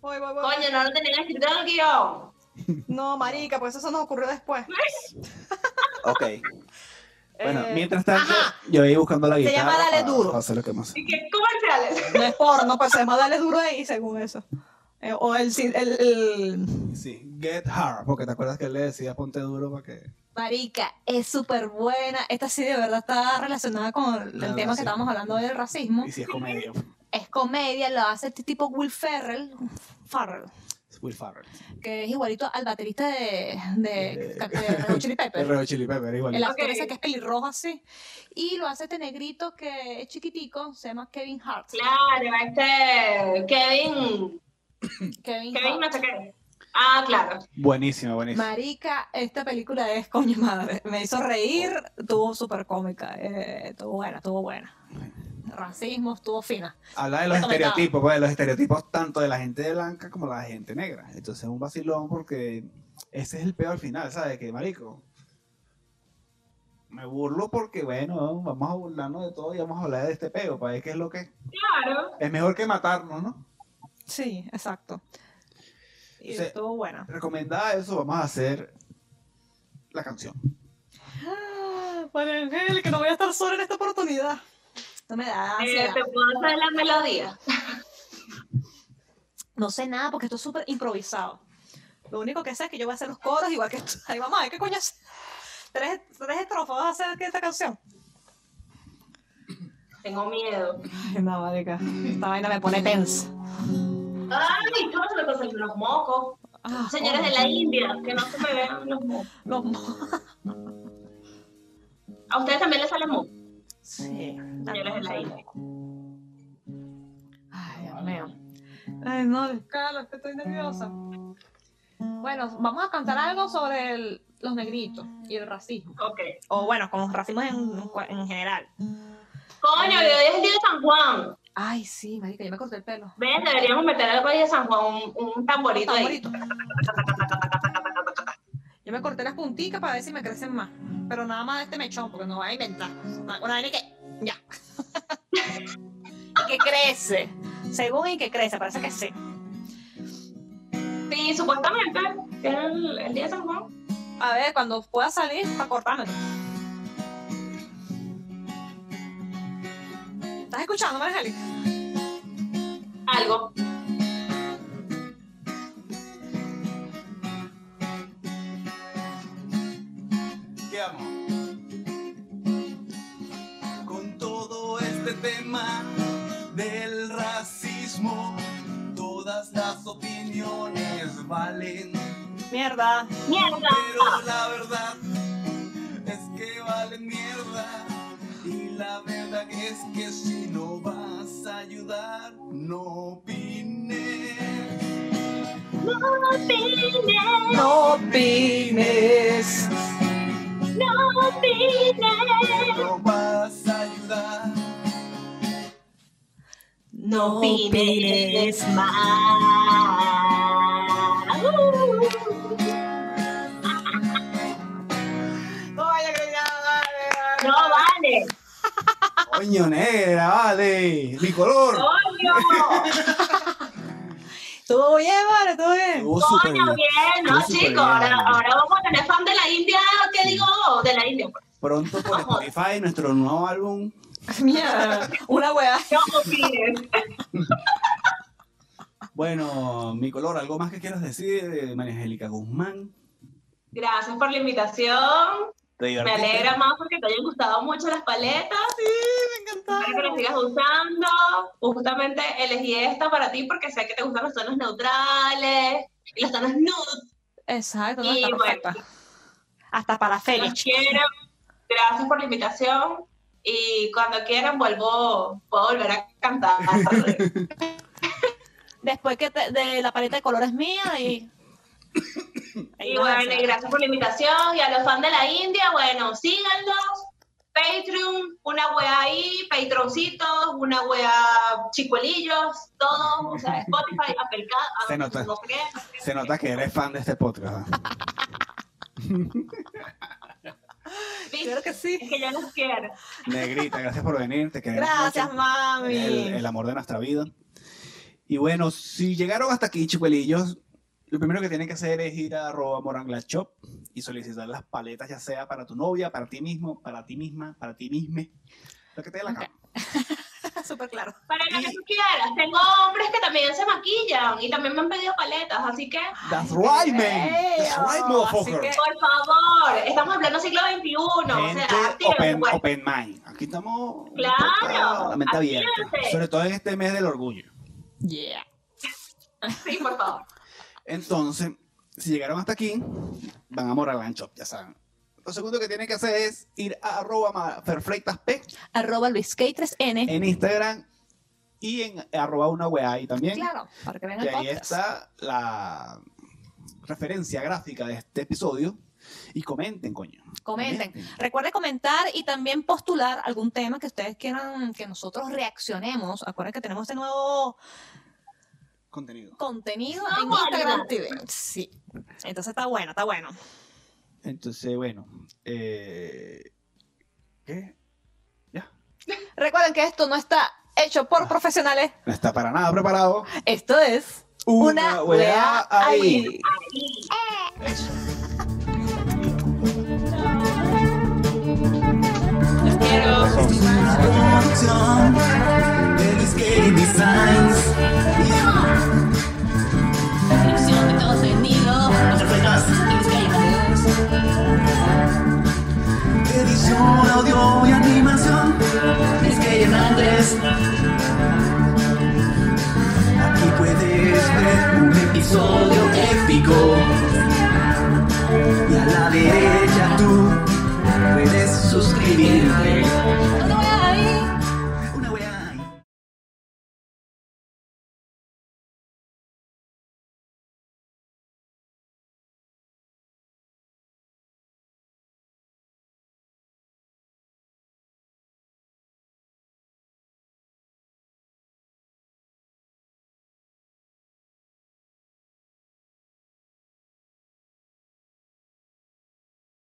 Voy, voy, voy. Coño, no lo tenía escrito en el guión. No, marica, pues eso se nos ocurrió después. Ok. Bueno, Eh, mientras tanto, ajá. yo voy buscando la Se guitarra. llama Dale para- Duro. para hacer lo que más. ¿Y qué comerciales? No es porno, pues se llama Dale Duro ahí, según eso. Eh, o el, sin- el, el- Sí, Get Hard, porque te acuerdas que él le decía ponte duro para que... Marica, es súper buena. Esta sí de verdad está relacionada con el Ah, tema sí. que estábamos hablando del racismo. Y si es comedia, Es comedia, lo hace este tipo Will Ferrell, Farrell, Will Ferrell. que es igualito al baterista de, de, Eh, De- Eh, de Red Hot Chili Peppers. El Chili Pepper, igual. El actor Ok. ese que es pelirrojo así. Y lo hace este negrito que es chiquitico, se llama Kevin Hart. Claro, este Kevin, Kevin, Kevin Hart. no sé qué. Ah, claro. Buenísimo, buenísimo. Marica, esta película es coño madre. Me hizo reír, estuvo súper cómica. eh, estuvo buena, estuvo buena. Racismo, estuvo fina. Habla de los Lo comentaba. estereotipos, pues, de los estereotipos tanto de la gente blanca como de la gente negra. Entonces es un vacilón porque ese es el peor final, ¿sabes? Que marico. Me burlo porque, bueno, vamos a burlarnos de todo y vamos a hablar de este peo, para ver qué es lo que es. Claro. Es mejor que matarnos, ¿no? Sí, exacto. Y Sí. estuvo buena. Recomendada eso, vamos a hacer la canción. Ah, Bueno, Ángel, que no voy a estar sola en esta oportunidad. No me da Eh, ansiedad. te puedo hacer la melodía. No sé nada porque esto es súper improvisado. Lo único que sé es que yo voy a hacer los coros igual que tú. Ahí vamos a ver qué coño hace. Tres, tres estrofas vas a hacer de esta canción. Tengo miedo. Ay, no, marica. Mm. Esta vaina me pone tensa. Ay, ¿cómo se me concentran los mocos? Ah, Señores de la India, que no se me vean los mocos. Los mo- A ustedes también les salen mocos, Sí. señores de la India. Ay, Dios mío. Ay, no, Carlos, que estoy nerviosa. Bueno, vamos a cantar algo sobre el- los negritos y el racismo. Ok. O bueno, con racismo en, en general. Coño, y hoy es el día de San Juan. Ay, sí, marica, yo me corté el pelo. ¿Ves? Deberíamos meter algo ahí de San Juan, un, un tamborito ahí. Favorito. Yo me corté las punticas para ver si me crecen más. Pero nada más de este mechón, porque no va a inventar. Una una vaina que. Ya. Y que crece. Según y que crece, parece que sí. Sí, supuestamente que era el, el día de San Juan. A ver, cuando pueda salir, para cortarme. ¿Estás escuchando, Marjali? Algo. que amo. Con todo este tema del racismo, todas las opiniones valen, Mierda. Mierda. pero la verdad es que valen mierda. Y la verdad es que si no vas a ayudar, no opines. No opines, No opines. no opines. No vas a ayudar. No opines más. No vale. Coño, negra, vale. Mi color. Coño. Todo bien, vale, todo bien. Estuvo súper Coño, bien. No, Estuvo súper chicos. bien. Ahora, ahora vamos a tener fan de la India. ¿Qué digo? De la India. pues. Pronto por Spotify, nuestro nuevo álbum. Mierda. Una weá. No opines. Bueno, mi color, ¿algo más que quieras decir, eh, María Angélica Guzmán? Gracias por la invitación. Te Me divertiste. alegra más porque te hayan gustado mucho las paletas. Espero que las sigas usando. Justamente elegí esta para ti porque sé que te gustan los tonos neutrales y los tonos nudes. Exacto, no Y está bueno. perfecta. Hasta para Los Félix. quiero. Gracias por la invitación. Y cuando quieran vuelvo, puedo volver a cantar. Después que te- de la paleta de colores mía y. Ahí y nos bueno, hacemos. y gracias por la invitación. Y a los fans de la India, bueno, síganlos. Patreon, una wea ahí, patroncitos, una wea chicuelillos, todo, o sea, Spotify, Apple Ca- Se nota. no sé qué, no sé qué, Se nota que eres fan de este podcast. ¿eh? ¿viste? Claro que sí. Es que yo los quiero. Negrita, gracias por venir. Te queremos Gracias, mucho. mami. El, el amor de nuestra vida. Y bueno, si llegaron hasta aquí, chicuelillos, lo primero que tienen que hacer es ir a arroba morangla shop y solicitar las paletas, ya sea para tu novia, para ti mismo, para ti misma, para ti mismo. Lo que te dé la Ok. gana. Súper claro. Para lo que Y- tú quieras, tengo hombres que también se maquillan y también me han pedido paletas, así que, That's right, man. That's bello. right, Así motherfucker. que- por favor, estamos hablando siglo XXI, Gente o sea, open, actívense, pues. open mind. Aquí estamos Claro, la mente abierta. actívense. Sobre todo en este mes del orgullo. Yeah. sí, por favor. Entonces, si llegaron hasta aquí, van a Moraglan Shop, ya saben. Lo segundo que tienen que hacer es ir a arroba ma- perfectasp Arroba LuisKay3N. en Instagram y en arroba una wea ahí también. Claro, para que Y vean el ahí podcast. está la referencia gráfica de este episodio. Y comenten, coño. Comenten. Recuerden comentar y también postular algún tema que ustedes quieran que nosotros reaccionemos. Acuérdense que tenemos este nuevo Contenido. contenido Ah, en bueno. Instagram TV. Sí. Entonces está bueno, está bueno. Entonces, bueno. eh, ¿Qué? Ya. Recuerden que esto no está hecho por profesionales. No está para nada preparado. Esto es una, weá ahí. Descripción de todo sonido. Edición, audio y animación. Es que Hernández. Aquí puedes ver un episodio épico. Y a la derecha tú puedes suscribirte. Una